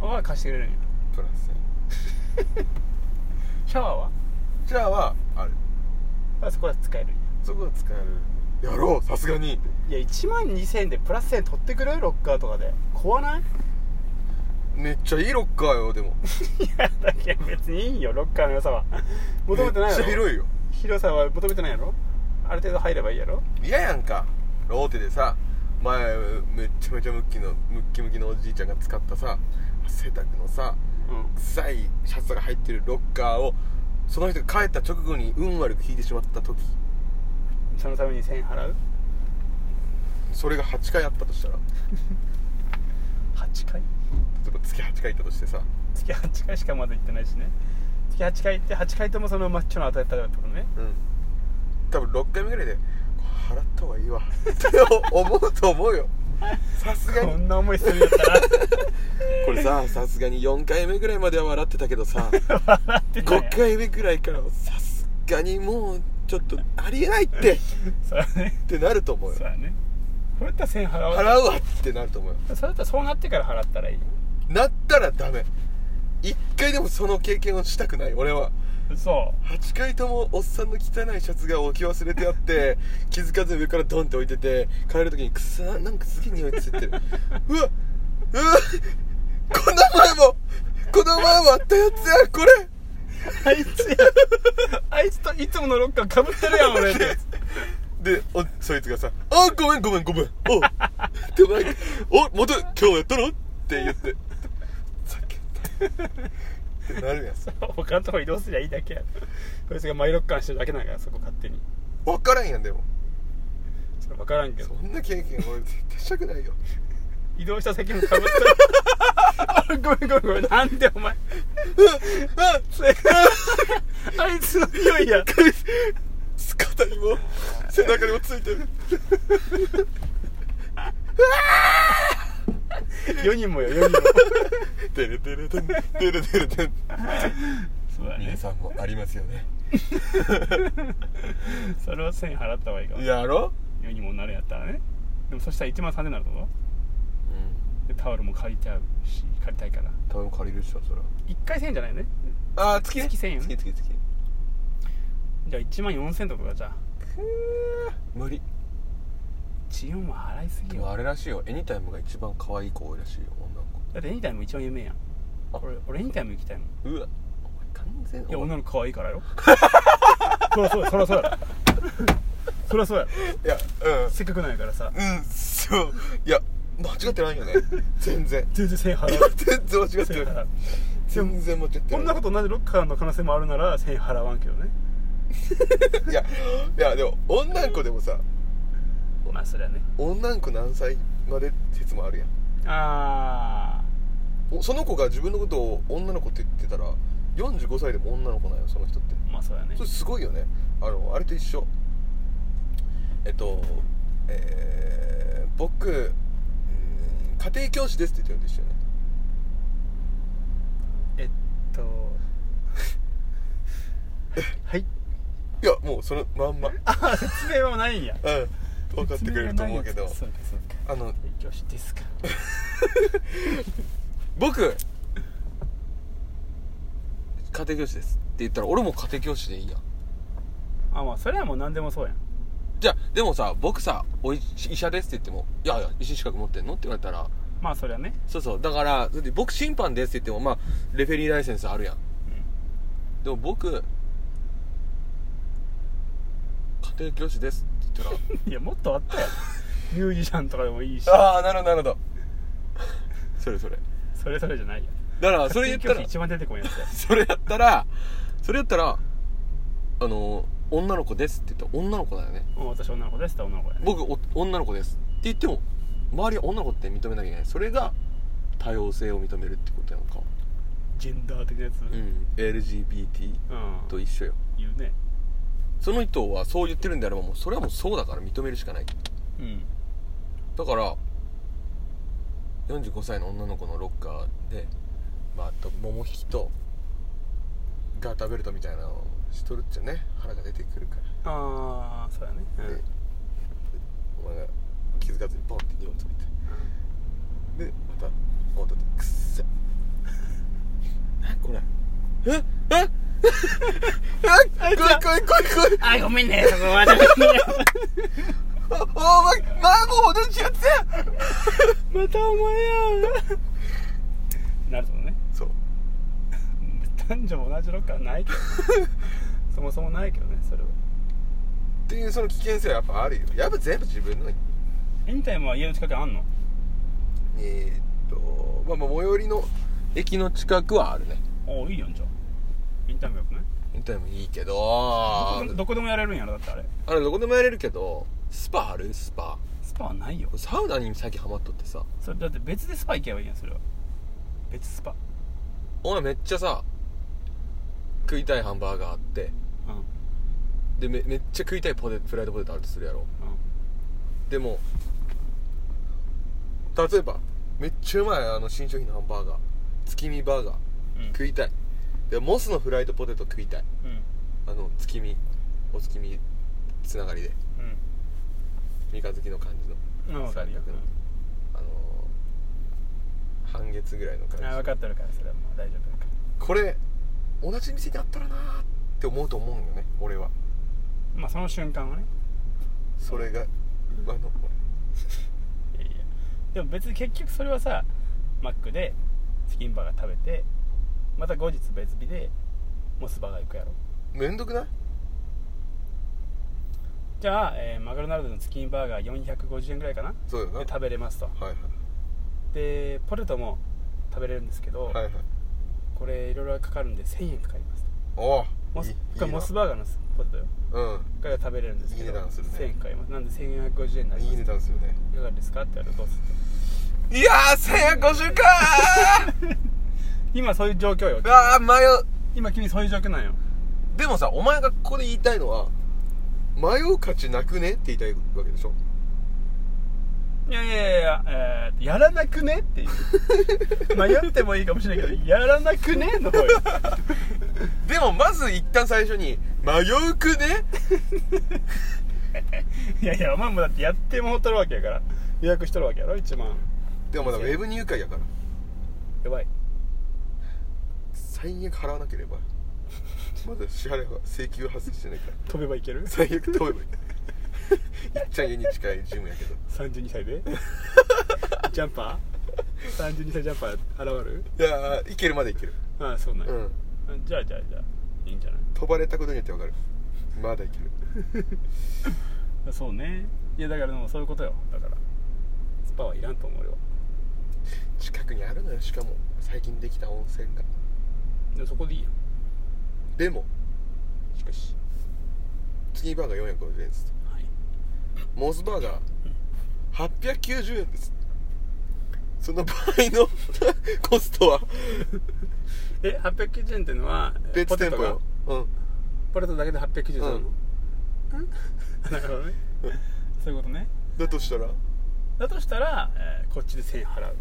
Speaker 1: ル
Speaker 2: は貸してくれるんや
Speaker 1: プラス1000円
Speaker 2: シャワーは
Speaker 1: じゃあはある
Speaker 2: あそこは使えるんや
Speaker 1: そこは使えるやろうさすがに
Speaker 2: いや1万2000円でプラス1000円取ってくれロッカーとかで怖ない
Speaker 1: めっちゃいいロッカーよでも
Speaker 2: いやだけど別にいいよロッカーの良さは求めてないや
Speaker 1: めっ
Speaker 2: ろ
Speaker 1: ちゃ広いよ
Speaker 2: 広さは求めてないやろある程度入ればいいやろ
Speaker 1: 嫌やんかローテでさ前めっちゃめちゃムッキのムッキムキのおじいちゃんが使ったさ背丈のさ
Speaker 2: う
Speaker 1: 臭いシャツが入ってるロッカーをその人が帰った直後に運悪く引いてしまった時
Speaker 2: んそのために1000円払う
Speaker 1: それが8回あったとしたら例
Speaker 2: 8回
Speaker 1: えば月8回行ったとしてさ
Speaker 2: 月8回しかまだ行ってないしね月8回行って8回ともそのマッチョの後やったってことね
Speaker 1: うん多分6回目ぐらいでこれ払った方がいいわって思うと思うよさすがに
Speaker 2: こんな思いするんやったら
Speaker 1: これささすがに4回目ぐらいまでは笑ってたけどさ
Speaker 2: 笑ってたんや
Speaker 1: 5回目ぐらいからはさすがにもうちょっとありえないってっ
Speaker 2: そうやね
Speaker 1: てなると思うよ
Speaker 2: そうやねそれだったら1000円払おう
Speaker 1: 払うわってなると思うよ
Speaker 2: それだったらそうなってから払ったらいいよ
Speaker 1: なったらダメ1回でもその経験をしたくない俺は
Speaker 2: そ
Speaker 1: 8回ともおっさんの汚いシャツが置き忘れてあって 気づかず上からドンって置いてて帰る時にくさなんかすげえ匂いついてるうわうわこの前もこの前もあったやつやこれ
Speaker 2: うあいつやあいつといつものロッカーかぶってるやん俺って
Speaker 1: でおそいつがさ「あごめんごめんごめんおうでもなんか「おまた今日やったの?」って言って「さっきやった」ってなるやん
Speaker 2: 他のとこ移動すりゃいいだけやこいつがマイロッカーしてるだけなんやそこ勝手に
Speaker 1: 分からんやんでも
Speaker 2: それ分からんけ
Speaker 1: そ
Speaker 2: ど
Speaker 1: んな経験俺絶対したくないよ
Speaker 2: 移動した先もかぶってる あごめんごめんごめんなんでお前
Speaker 1: あ
Speaker 2: あいつの匂いや
Speaker 1: 肩にも背中にもついてる
Speaker 2: 4人もよ4人も
Speaker 1: てるてるてんてるてるてん
Speaker 2: そうだ
Speaker 1: さんもありますよね
Speaker 2: それは1000円払った方がいいかも
Speaker 1: やろ
Speaker 2: 4人もなるんやったらねでもそしたら1万3000円になると思
Speaker 1: うん
Speaker 2: うでタオルも借りちゃうし借りたいから
Speaker 1: 多分借りるっしょそれ
Speaker 2: 1回1000円じゃないよね
Speaker 1: ああ月ね
Speaker 2: 月1000円
Speaker 1: 月月月
Speaker 2: じゃあ1万4000円とかがじゃあ
Speaker 1: くー無理
Speaker 2: 1 4は払いすぎ
Speaker 1: で
Speaker 2: よ
Speaker 1: もあれらしいよエニタイムが一番可愛い子多いらしいよ女の子
Speaker 2: だってエニタイム一番有名やん
Speaker 1: あ
Speaker 2: 俺俺エニタイム行きたいもん
Speaker 1: うわお前完全
Speaker 2: いや
Speaker 1: お前
Speaker 2: 女の子可愛い からよそらそうやそらそうやそらそうや
Speaker 1: いや
Speaker 2: せっかくなんやからさ
Speaker 1: うんうんそういや間違ってない よね全然
Speaker 2: 全然1000円
Speaker 1: い
Speaker 2: 払
Speaker 1: や
Speaker 2: う
Speaker 1: 全然間違って
Speaker 2: 1000円
Speaker 1: な
Speaker 2: 払
Speaker 1: いう全然間違って
Speaker 2: こ
Speaker 1: ない
Speaker 2: んなこと同じロッカーの可能性もあるなら1000円払わんけどね
Speaker 1: いやいやでも女の子でもさ
Speaker 2: まあそれはね
Speaker 1: 女の子何歳まで説もあるやん
Speaker 2: あ
Speaker 1: おその子が自分のことを女の子って言ってたら45歳でも女の子なんよその人って
Speaker 2: あまあそうやね
Speaker 1: それすごいよねあのあれと一緒えっとえー、僕うん家庭教師ですって言ってるんですよね
Speaker 2: えっと はい
Speaker 1: いやもうそのまんまうん
Speaker 2: あ説明はないんや
Speaker 1: 分かってくれると思うけど
Speaker 2: 説明がないやつそうかそうか
Speaker 1: あの
Speaker 2: 提供しですか
Speaker 1: 僕家庭教師ですって言ったら俺も家庭教師でいいやん
Speaker 2: あまあそれはもう何でもそうやん
Speaker 1: じゃあでもさ僕さお医医者ですって言っても「いやいや医師資格持ってんの?」って言われたら
Speaker 2: まあそれはね
Speaker 1: そうそうだからだって僕審判ですって言ってもまあレフェリーライセンスあるやん、でも僕家庭教師ですって言っ
Speaker 2: いやもっとあ ったやんミュージシャンとかでもいいした
Speaker 1: らああなるほどなるほどそれそれ
Speaker 2: それそれじゃないやん
Speaker 1: だからそれ言った
Speaker 2: 家庭教
Speaker 1: ら
Speaker 2: 師一番出てこいやつや
Speaker 1: それやったらそれやったらあの女の子ですって言ったら女の子だよね
Speaker 2: うん私女の子ですって女の子やね
Speaker 1: 僕お女の子ですって言っても周りは女の子って認めなきゃいけないそれが多様性を認めるってことやんか
Speaker 2: ジェンダー的なやつ、
Speaker 1: うんん LGBT と一緒よ
Speaker 2: 言うね
Speaker 1: その人はそう言ってるんであればもうそれはもうそうだから認めるしかない
Speaker 2: うん
Speaker 1: だから45歳の女の子のロッカーで、まあ、あと桃引きとガーターベルトみたいなのをしとるっちゃね腹が出てくるから
Speaker 2: ああそうだねうん、
Speaker 1: でお前が気づかずにポンって荷物置いてでまた戻ってくっ せなこれええっ えっ来い来い来い来い
Speaker 2: あーごめんねそこまでごめんね
Speaker 1: おお前マーゴー同じやつや
Speaker 2: またお前やんなるほどね
Speaker 1: そう
Speaker 2: 男女も同じロッカーはないけど そもそもないけどねそれは
Speaker 1: っていうその危険性はやっぱあるよやっぱ全部自分の
Speaker 2: エニタイムは家の近くにあんの
Speaker 1: えー、っとまあまあ最寄りの駅の近くはあるね
Speaker 2: おおいいやんじゃあインタームよくない
Speaker 1: エンタイムいいけど
Speaker 2: どこどこでもやれるんやろだってあれ
Speaker 1: あれどこでもやれるけどスパあるスパ
Speaker 2: スパはないよ
Speaker 1: サウナに最近ハマっとってさ
Speaker 2: それだって別でスパ行けばいいやんそれは別スパ
Speaker 1: お前めっちゃさ食いたいハンバーガーあって
Speaker 2: うんうん
Speaker 1: でめめっちゃ食いたいポテフライドポテトあるとするやろでも例えばめっちゃうまいあの新商品のハンバーガー月見バーガー
Speaker 2: うん
Speaker 1: 食いたいでモスのフライドポテト食いたい
Speaker 2: うん
Speaker 1: あの月見お月見つながりで三日月の感じの
Speaker 2: うん分かるよ
Speaker 1: 三角のあのー半月ぐらいの感
Speaker 2: うん
Speaker 1: じ
Speaker 2: あ分かってるからそれはもう大丈夫だか
Speaker 1: これ同じ店にあったらなーって思うと思うんよね俺は
Speaker 2: らまあその瞬間はね
Speaker 1: それが今の
Speaker 2: いやいやでも別に結局それはさマックでチキンバーガー食べてまた後日別日でモスバーガー行くやろ
Speaker 1: めんどくない
Speaker 2: じゃあ、えーマクドナルドのチキンバーガー450円ぐらいかな
Speaker 1: そうよな
Speaker 2: で食べれますと
Speaker 1: はい
Speaker 2: でポテトも食べれるんですけど、
Speaker 1: はいはいはい
Speaker 2: これいろいろかかるんで1000円かかりますと
Speaker 1: おお
Speaker 2: モス
Speaker 1: いい
Speaker 2: これモスバーガーのポテトよ
Speaker 1: うん
Speaker 2: これが食べれるんですけど
Speaker 1: いい値段するね
Speaker 2: 1000円かかりますなんで1450円になりま
Speaker 1: いい
Speaker 2: す
Speaker 1: 値段するね
Speaker 2: いかがですかって言われたらどうする
Speaker 1: いやー1050か
Speaker 2: 今そういう状況よ
Speaker 1: ーああ迷う
Speaker 2: 今君そういう状況なんよ
Speaker 1: でもさお前がここで言いたいのは迷う価値なくねって言いたいわけでしょ
Speaker 2: いやいやいや、えー、やらなくねっていう 迷ってもいいかもしれないけどやらなくねの方よ
Speaker 1: でもまず一旦最初に迷うくね
Speaker 2: いやいやお前もだってやってもうとるわけやから予約しとるわけやろ1万
Speaker 1: でもまだウェブ入会やから
Speaker 2: やばい
Speaker 1: 最悪払わなければまだ支払いは請求発生してないから
Speaker 2: 飛べばいける
Speaker 1: 最悪飛べばいいいっちゃん家に近いジムやけど
Speaker 2: 32歳 でジャンパー32歳ジャンパー現る
Speaker 1: いやー行けるまで行ける
Speaker 2: ああそうなんや、
Speaker 1: うん
Speaker 2: じゃあじゃあじゃあいいんじゃない
Speaker 1: 飛ばれたことによってわかるまだいける
Speaker 2: そうねいやだからでもそういうことよだからスパはいらんと思うよ
Speaker 1: 近くにあるのよしかも最近できた温泉が
Speaker 2: でもそこでいいよ
Speaker 1: でも
Speaker 2: しかし
Speaker 1: 次バーガー450円です
Speaker 2: はい
Speaker 1: モスバーガー890円ですその場合の コストは
Speaker 2: え890円っていうのはえ
Speaker 1: 別店舗
Speaker 2: が
Speaker 1: ようん
Speaker 2: ポテトだけで890円なの、
Speaker 1: うん
Speaker 2: うん、なるほどね
Speaker 1: うん
Speaker 2: そういうことね
Speaker 1: だとしたら
Speaker 2: だとしたら、えーこっちで1000円払う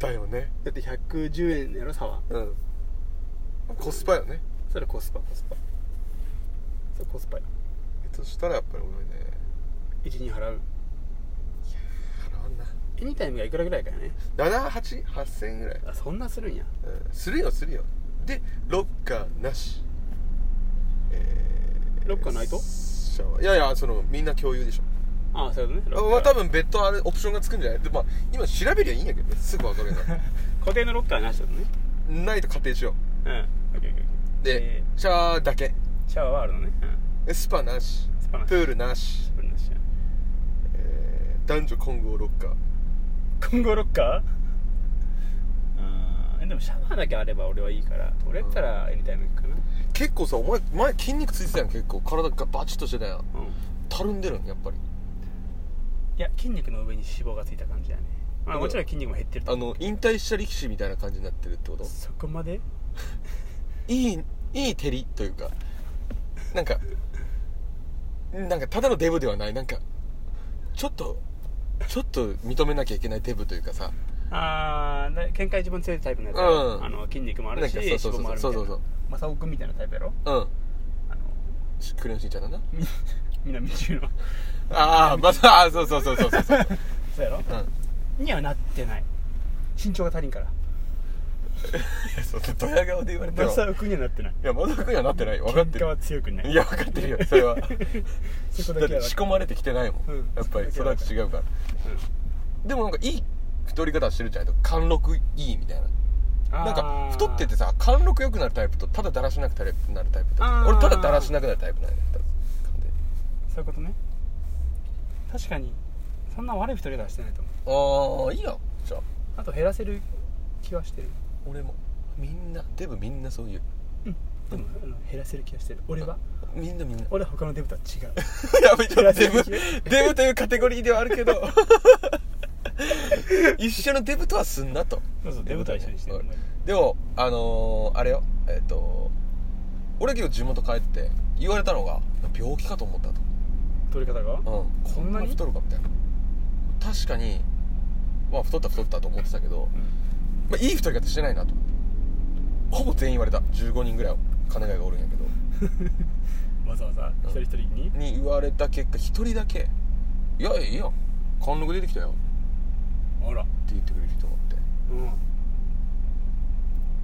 Speaker 1: だよね
Speaker 2: だって110円やろ差は
Speaker 1: うんコスパよね
Speaker 2: それコスパコスパそれコスパや
Speaker 1: だとしたらやっぱり俺ね
Speaker 2: 12払う
Speaker 1: 払わんな
Speaker 2: エニタイムがいくらぐらいかよね
Speaker 1: 78000円ぐらい、
Speaker 2: あそんなするんや
Speaker 1: うん、するよするよでロッカーなしえ
Speaker 2: ロッカーないと
Speaker 1: シャワーいやいやそのみんな共有でしょ
Speaker 2: ああそういうことね
Speaker 1: あまあ多分別途あれオプションがつくんじゃないでまあ今調べりゃいいんやけどねすぐ分かる よ
Speaker 2: 固定のロッカーなしだとね
Speaker 1: うになないと仮定しよ
Speaker 2: うんオッケー
Speaker 1: う
Speaker 2: オッケーオッケー
Speaker 1: で
Speaker 2: え
Speaker 1: シャワーだけ
Speaker 2: ーシャワーはあるのねうん
Speaker 1: えスパなし
Speaker 2: スパなし
Speaker 1: プールなし、
Speaker 2: それなしや
Speaker 1: えー男女混合ロッカー
Speaker 2: 混合ロッカーあーでもシャワーだけあれば俺はいいから俺やったらエニタイム行くかな
Speaker 1: 結構さお前前筋肉ついてたやん結構体がバチッとしてたやん
Speaker 2: うん
Speaker 1: たるんでるんやっぱり
Speaker 2: いや筋肉の上に脂肪がついた感じやねまあもちろん筋肉も減ってると
Speaker 1: あ
Speaker 2: 思う
Speaker 1: の引退した力士みたいな感じになってるってこと
Speaker 2: そこまで
Speaker 1: いいいい照りというかなんかなんかただのデブではないなんかちょっとちょっと認めなきゃいけないデブというかさ
Speaker 2: ああ見解一番強いタイプのやつ
Speaker 1: う
Speaker 2: やろ
Speaker 1: ん
Speaker 2: あの筋肉もあるし
Speaker 1: なん
Speaker 2: 脂
Speaker 1: かそうそうそう
Speaker 2: 肪もあるみたいな
Speaker 1: そうそうそう
Speaker 2: マサオくんみたいなタイプやろ
Speaker 1: うん
Speaker 2: あの
Speaker 1: しクレヨンしんちゃんだな
Speaker 2: み 南中の
Speaker 1: ああまたあーそうそうそうそうそうそう、
Speaker 2: そうやろ
Speaker 1: うん、い
Speaker 2: にはなってない身長が足りんから
Speaker 1: やそうドヤ顔で言われて
Speaker 2: マ
Speaker 1: も
Speaker 2: サオくんにはなってない
Speaker 1: いやまだくにはなってない分かって
Speaker 2: 喧嘩は
Speaker 1: る
Speaker 2: 強くない
Speaker 1: いや分かってるよそれは
Speaker 2: そこ
Speaker 1: だ
Speaker 2: だ
Speaker 1: っ
Speaker 2: け
Speaker 1: て
Speaker 2: は分
Speaker 1: 仕
Speaker 2: か
Speaker 1: 込まれてきてないもん、
Speaker 2: うん
Speaker 1: やっぱり
Speaker 2: そこだ
Speaker 1: 育
Speaker 2: け
Speaker 1: ち違うからでもなんかいい太り方してるじゃないと貫禄いいみたいな
Speaker 2: る
Speaker 1: なん
Speaker 2: あ
Speaker 1: か
Speaker 2: ー
Speaker 1: 太っててさ貫禄良くなるタイプとただだらしなくなるタイプと
Speaker 2: あー
Speaker 1: 俺ただだらしなくなるタイプなんやった
Speaker 2: そういうことね確かにそんな悪い太り方はしてないと思う
Speaker 1: ああいいやんじゃあ
Speaker 2: あと減らせる気はしてる
Speaker 1: 俺もみんなデブみんなそういう
Speaker 2: うんでもあの減らせる気はしてる俺は
Speaker 1: みんなみんな
Speaker 2: 俺は他のデブとは違 う
Speaker 1: やめてデブ
Speaker 2: 減らせ
Speaker 1: デブというカテゴリーではあるけど 一緒のデブとはすんなと
Speaker 2: そうそうデブとは一緒にしてる
Speaker 1: うんでもあのーあれよえっ、と俺今日地元帰って言われたのが病気かと思ったと
Speaker 2: 太り方が
Speaker 1: うん、こ
Speaker 2: そ
Speaker 1: ん
Speaker 2: ん
Speaker 1: な
Speaker 2: なに
Speaker 1: に太るかみたいな確かに、まあ、太った太ったと思ってたけど、まあ、いい太り方してないなとほぼ全員言われた15人ぐらい金貝がおるんやけど
Speaker 2: うんわざわざ一人一人に
Speaker 1: に言われた結果1人だけ「いやいいやん貫禄出てきたよ」
Speaker 2: あら
Speaker 1: って言ってくれる人がおって
Speaker 2: う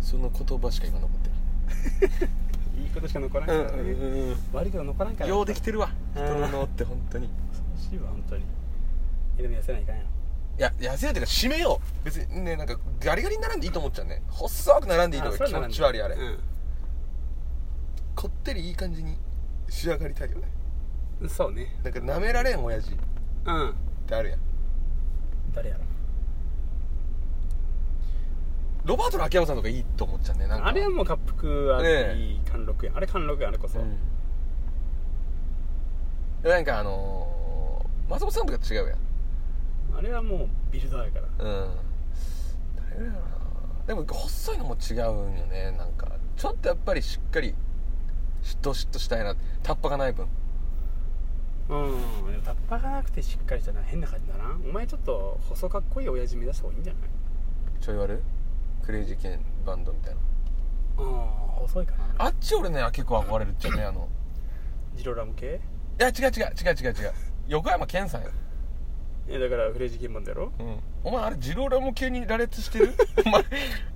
Speaker 1: その言葉しか今残って
Speaker 2: んいいことしか残らない
Speaker 1: る
Speaker 2: からね
Speaker 1: うん
Speaker 2: 悪いこと残らんから
Speaker 1: ようできてるわ
Speaker 2: うん
Speaker 1: 人の脳って本当にい
Speaker 2: 恐ろしいわ本当にえでも痩せないかんや
Speaker 1: や痩せようっていうか締めよう別にねなんかガリガリに並んでいいと思っちゃうね細く並んでいいと
Speaker 2: あ
Speaker 1: か
Speaker 2: それ
Speaker 1: 気
Speaker 2: は
Speaker 1: 持
Speaker 2: ならんで
Speaker 1: ち悪いあれ、
Speaker 2: う
Speaker 1: こってりいい感じに仕上がりたいよね
Speaker 2: んそうね
Speaker 1: なんか舐められん親父っ
Speaker 2: うん
Speaker 1: てあるやん
Speaker 2: 誰やろ
Speaker 1: ロバートの秋山さんとかいいと思っちゃうねなんか
Speaker 2: あれはもう滑覆あ
Speaker 1: ねえ
Speaker 2: り貫禄やあれ貫禄やあれこそ、
Speaker 1: うんでなんかあのー、松本さんとか違うやん
Speaker 2: あれはもうビルダーやから
Speaker 1: うん誰ぐらいだろうなでも細いのも違うんよねなんかちょっとやっぱりしっかりどしっとしたいなタッパがない分
Speaker 2: うんでもタッパがなくてしっかりしたら変な感じだなお前ちょっと細かっこいい親父目指した方がいいんじゃない
Speaker 1: ちょい悪いクレイジーケンバンドみたいな
Speaker 2: うん細いかな
Speaker 1: あっち俺ね結構憧れるっちゃうねあの
Speaker 2: ジローラム系
Speaker 1: いや違う違う違う違う違う横山健さんよ
Speaker 2: えだからフレージーンバンドやろ
Speaker 1: うん、お前あれジローラモ系に羅列して るお前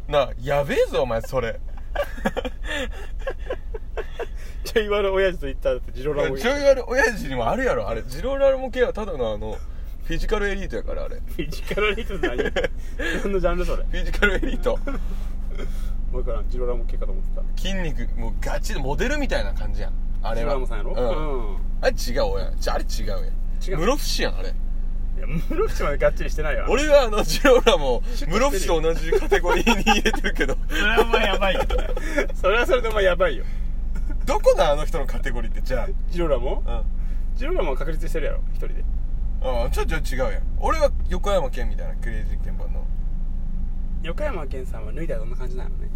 Speaker 1: なあやべえぞお前それ
Speaker 2: じゃあ今の親父と言ったらだってジローラム
Speaker 1: ちょいあれ親父にもあるやろあれジローラモ系はただのあのフィジカルエリートやからあれフ
Speaker 2: フィジカルエリー トって何何のジャンルそれ
Speaker 1: ィジカルエリート
Speaker 2: もうからんジローラム系かと思ってた
Speaker 1: 筋肉もうガチでモデルみたいな感じやんあれ
Speaker 2: ジロー
Speaker 1: は
Speaker 2: ラムさんやろ
Speaker 1: うん、
Speaker 2: うん
Speaker 1: あれ違うやんちあれ違うやん
Speaker 2: 違う
Speaker 1: 室伏やんあれ
Speaker 2: いや室伏までがっちりしてないよ
Speaker 1: 俺はあのジローラモを
Speaker 2: シュッ
Speaker 1: 室
Speaker 2: と
Speaker 1: 伏
Speaker 2: してる
Speaker 1: と同じ
Speaker 2: よ
Speaker 1: カテゴリーに入れてるけ ど
Speaker 2: それはお前やばいよ それはそれでお前やばいよ
Speaker 1: どこだあの人のカテゴリーってじゃ
Speaker 2: ジローラも
Speaker 1: あうん
Speaker 2: ジローラも確立してるやろ一人で
Speaker 1: ああちょっと違うやん俺は横山健みたいなクレイジーケンバンドの
Speaker 2: 横山健さんは脱いだらどんな感じなのね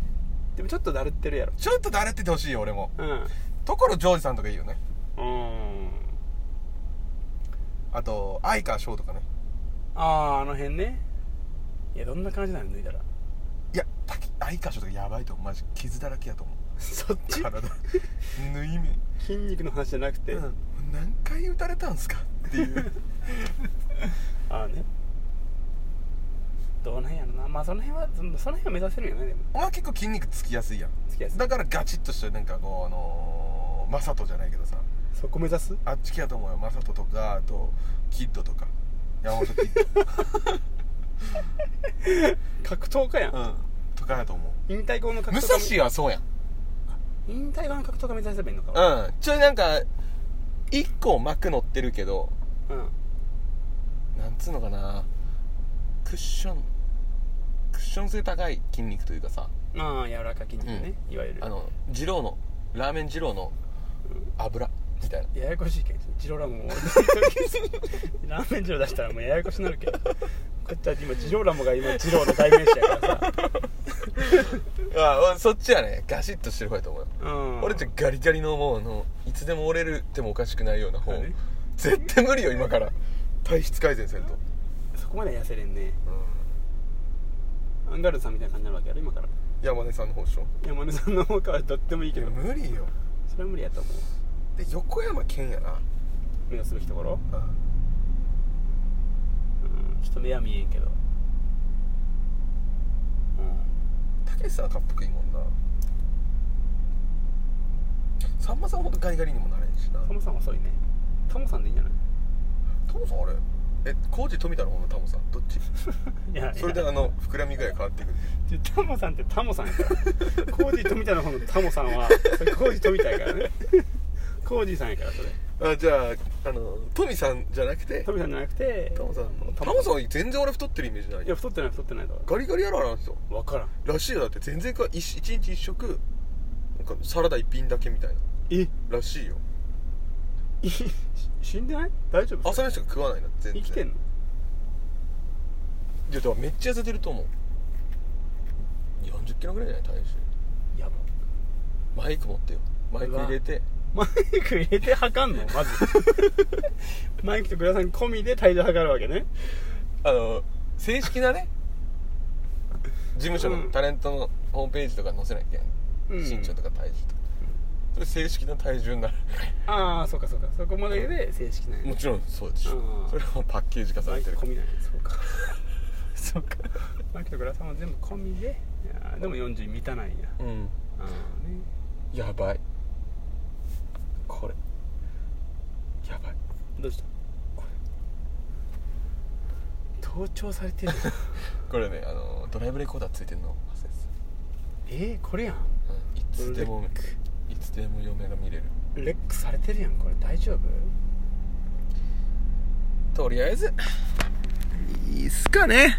Speaker 2: でもちょっとだるってるやろ
Speaker 1: ちょっとだれっててほしいよ俺も
Speaker 2: うんう
Speaker 1: 所ジョージさんとかいいよね
Speaker 2: ーん
Speaker 1: あと相川翔とかね
Speaker 2: あああの辺ねいやどんな感じなの脱いだら
Speaker 1: いやたき相川翔とかやばいと思うマジ傷だらけやと思う
Speaker 2: そっち
Speaker 1: 体縫い目
Speaker 2: 筋肉の話じゃなくて、
Speaker 1: うん何回打たれたんすかっていう
Speaker 2: ああねどうなんやろなまあその辺はそのその辺は目指せるよねでも
Speaker 1: 俺は結構筋肉つきやすいやん
Speaker 2: 付き合いす
Speaker 1: だからガチッとしたなんかこうあのー、マサトじゃないけどさ
Speaker 2: そこ目指す
Speaker 1: あっち系やと思うよマサトとかあとキッドとか山本キッド、
Speaker 2: 格闘家 やん、
Speaker 1: うん、とかやと思う
Speaker 2: 引退後の格
Speaker 1: 武
Speaker 2: 闘
Speaker 1: 蔵
Speaker 2: 家
Speaker 1: はそうやん
Speaker 2: 引退後の格闘家目指せばいいのか
Speaker 1: うんちょいなんか一個膜乗ってるけど
Speaker 2: うん
Speaker 1: なんつうのかなクッションククッション性高い筋肉というかさ
Speaker 2: まあ柔らか筋肉ね、いわゆる
Speaker 1: あの二郎のラーメン二郎の油みたいな
Speaker 2: ややこしいけどジローラー もラーメンジロー出したらもうややこしなるけどこっちは今ジローラモが今ジローの代名詞やからさ、
Speaker 1: ああそっちはねガシッとしてる方やと思うよ
Speaker 2: うん、
Speaker 1: 俺ってガリガリのもうあのいつでも折れるてもおかしくないような方
Speaker 2: そうね
Speaker 1: 絶対無理よ今から体質改善せんと、
Speaker 2: そこまで痩せれんね
Speaker 1: うん、
Speaker 2: アンガールズさんみたいな感じになるわけやろ今から
Speaker 1: 山根さんの方でしょ
Speaker 2: 山根さんの方からとってもいい
Speaker 1: い
Speaker 2: け
Speaker 1: や
Speaker 2: ど
Speaker 1: 無理よ
Speaker 2: それは無理やと思う
Speaker 1: で横山健やな、
Speaker 2: 目をすべきところ、
Speaker 1: うん、
Speaker 2: うん、ちょっと目は見えんけどうん
Speaker 1: たけしさんはかっこいいもんなさんまさんほんとガリガリにもなれんしな
Speaker 2: タモさん遅いねタモさんでいいんじゃない
Speaker 1: タモさんあれえコージ富太郎のタモさんどっ ち
Speaker 2: いやいや
Speaker 1: それであの膨らみ具合変わってくる
Speaker 2: でタモさんってタモさ んやからコージ富田の方のタモさんはそれコージ富田やからねコージさんやからそれ
Speaker 1: あじゃああのトミさんじゃなくて
Speaker 2: 富田じゃなくて
Speaker 1: タモさんの
Speaker 2: タ
Speaker 1: タ
Speaker 2: モ
Speaker 1: モさん全然俺太ってるイメージない
Speaker 2: いや太ってない太ってないと
Speaker 1: ガリガリやろあの人
Speaker 2: 分からん
Speaker 1: らしいよだって全然か一一日一食なんかサラダ一品だけみたいな
Speaker 2: え
Speaker 1: らしいよ
Speaker 2: し死んでない大丈夫
Speaker 1: 朝飯とか食わないな全
Speaker 2: 生
Speaker 1: 然
Speaker 2: きてんの
Speaker 1: いやだからめっちゃ痩せてると思う4 0キロぐらいじゃない体重
Speaker 2: やば
Speaker 1: マイク持ってよマイク入れて
Speaker 2: マイク入れて測んの まずマイクとグラさん込みで体重測るわけね
Speaker 1: あの正式 なね事務所
Speaker 2: う
Speaker 1: の
Speaker 2: ん
Speaker 1: タレントのホームページとか載せなきゃ、
Speaker 2: うん
Speaker 1: 身長とか体重とかそれ正式な体重になる
Speaker 2: ああそうかそうかそこまでで正式なんや
Speaker 1: もちろんそうでし
Speaker 2: う
Speaker 1: ょ
Speaker 2: ん
Speaker 1: それはもうパッケージ化さ
Speaker 2: マ
Speaker 1: れ
Speaker 2: イ
Speaker 1: て
Speaker 2: ク
Speaker 1: る
Speaker 2: 込みなんやそうか
Speaker 1: そうか
Speaker 2: マイクとグラさんは全部込みでいやーでも40満たないんや
Speaker 1: うん
Speaker 2: ああね
Speaker 1: やばいこれやばい
Speaker 2: どうした盗聴さ れてる
Speaker 1: これねあのドライブレコーダーついてんの忘れて
Speaker 2: えー、これやん
Speaker 1: たうんいつでも
Speaker 2: レック
Speaker 1: いつでも嫁が見れる
Speaker 2: レックされてるやんこれ大丈夫
Speaker 1: とりあえずいいっすかね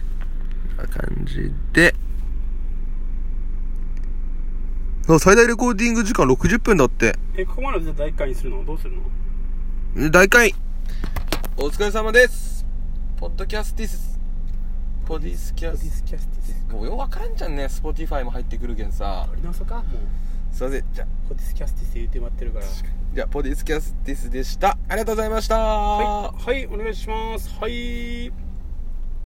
Speaker 1: こんな感じであ最大レコーディング時間60分だって
Speaker 2: えここまでじゃあ第一回にするのどうするの
Speaker 1: 大会お疲れ様ですポッドキャスティスポディスキャス
Speaker 2: スキャスティス
Speaker 1: もうよう分からんじゃんね Spotify も入ってくるけんさ
Speaker 2: 取り直そうかもう
Speaker 1: すいませんじゃあ
Speaker 2: コディスキャスティス言うて待ってるから
Speaker 1: じゃあポディスキャスティスでしたありがとうございました、
Speaker 2: はい、はい、お願いしますはい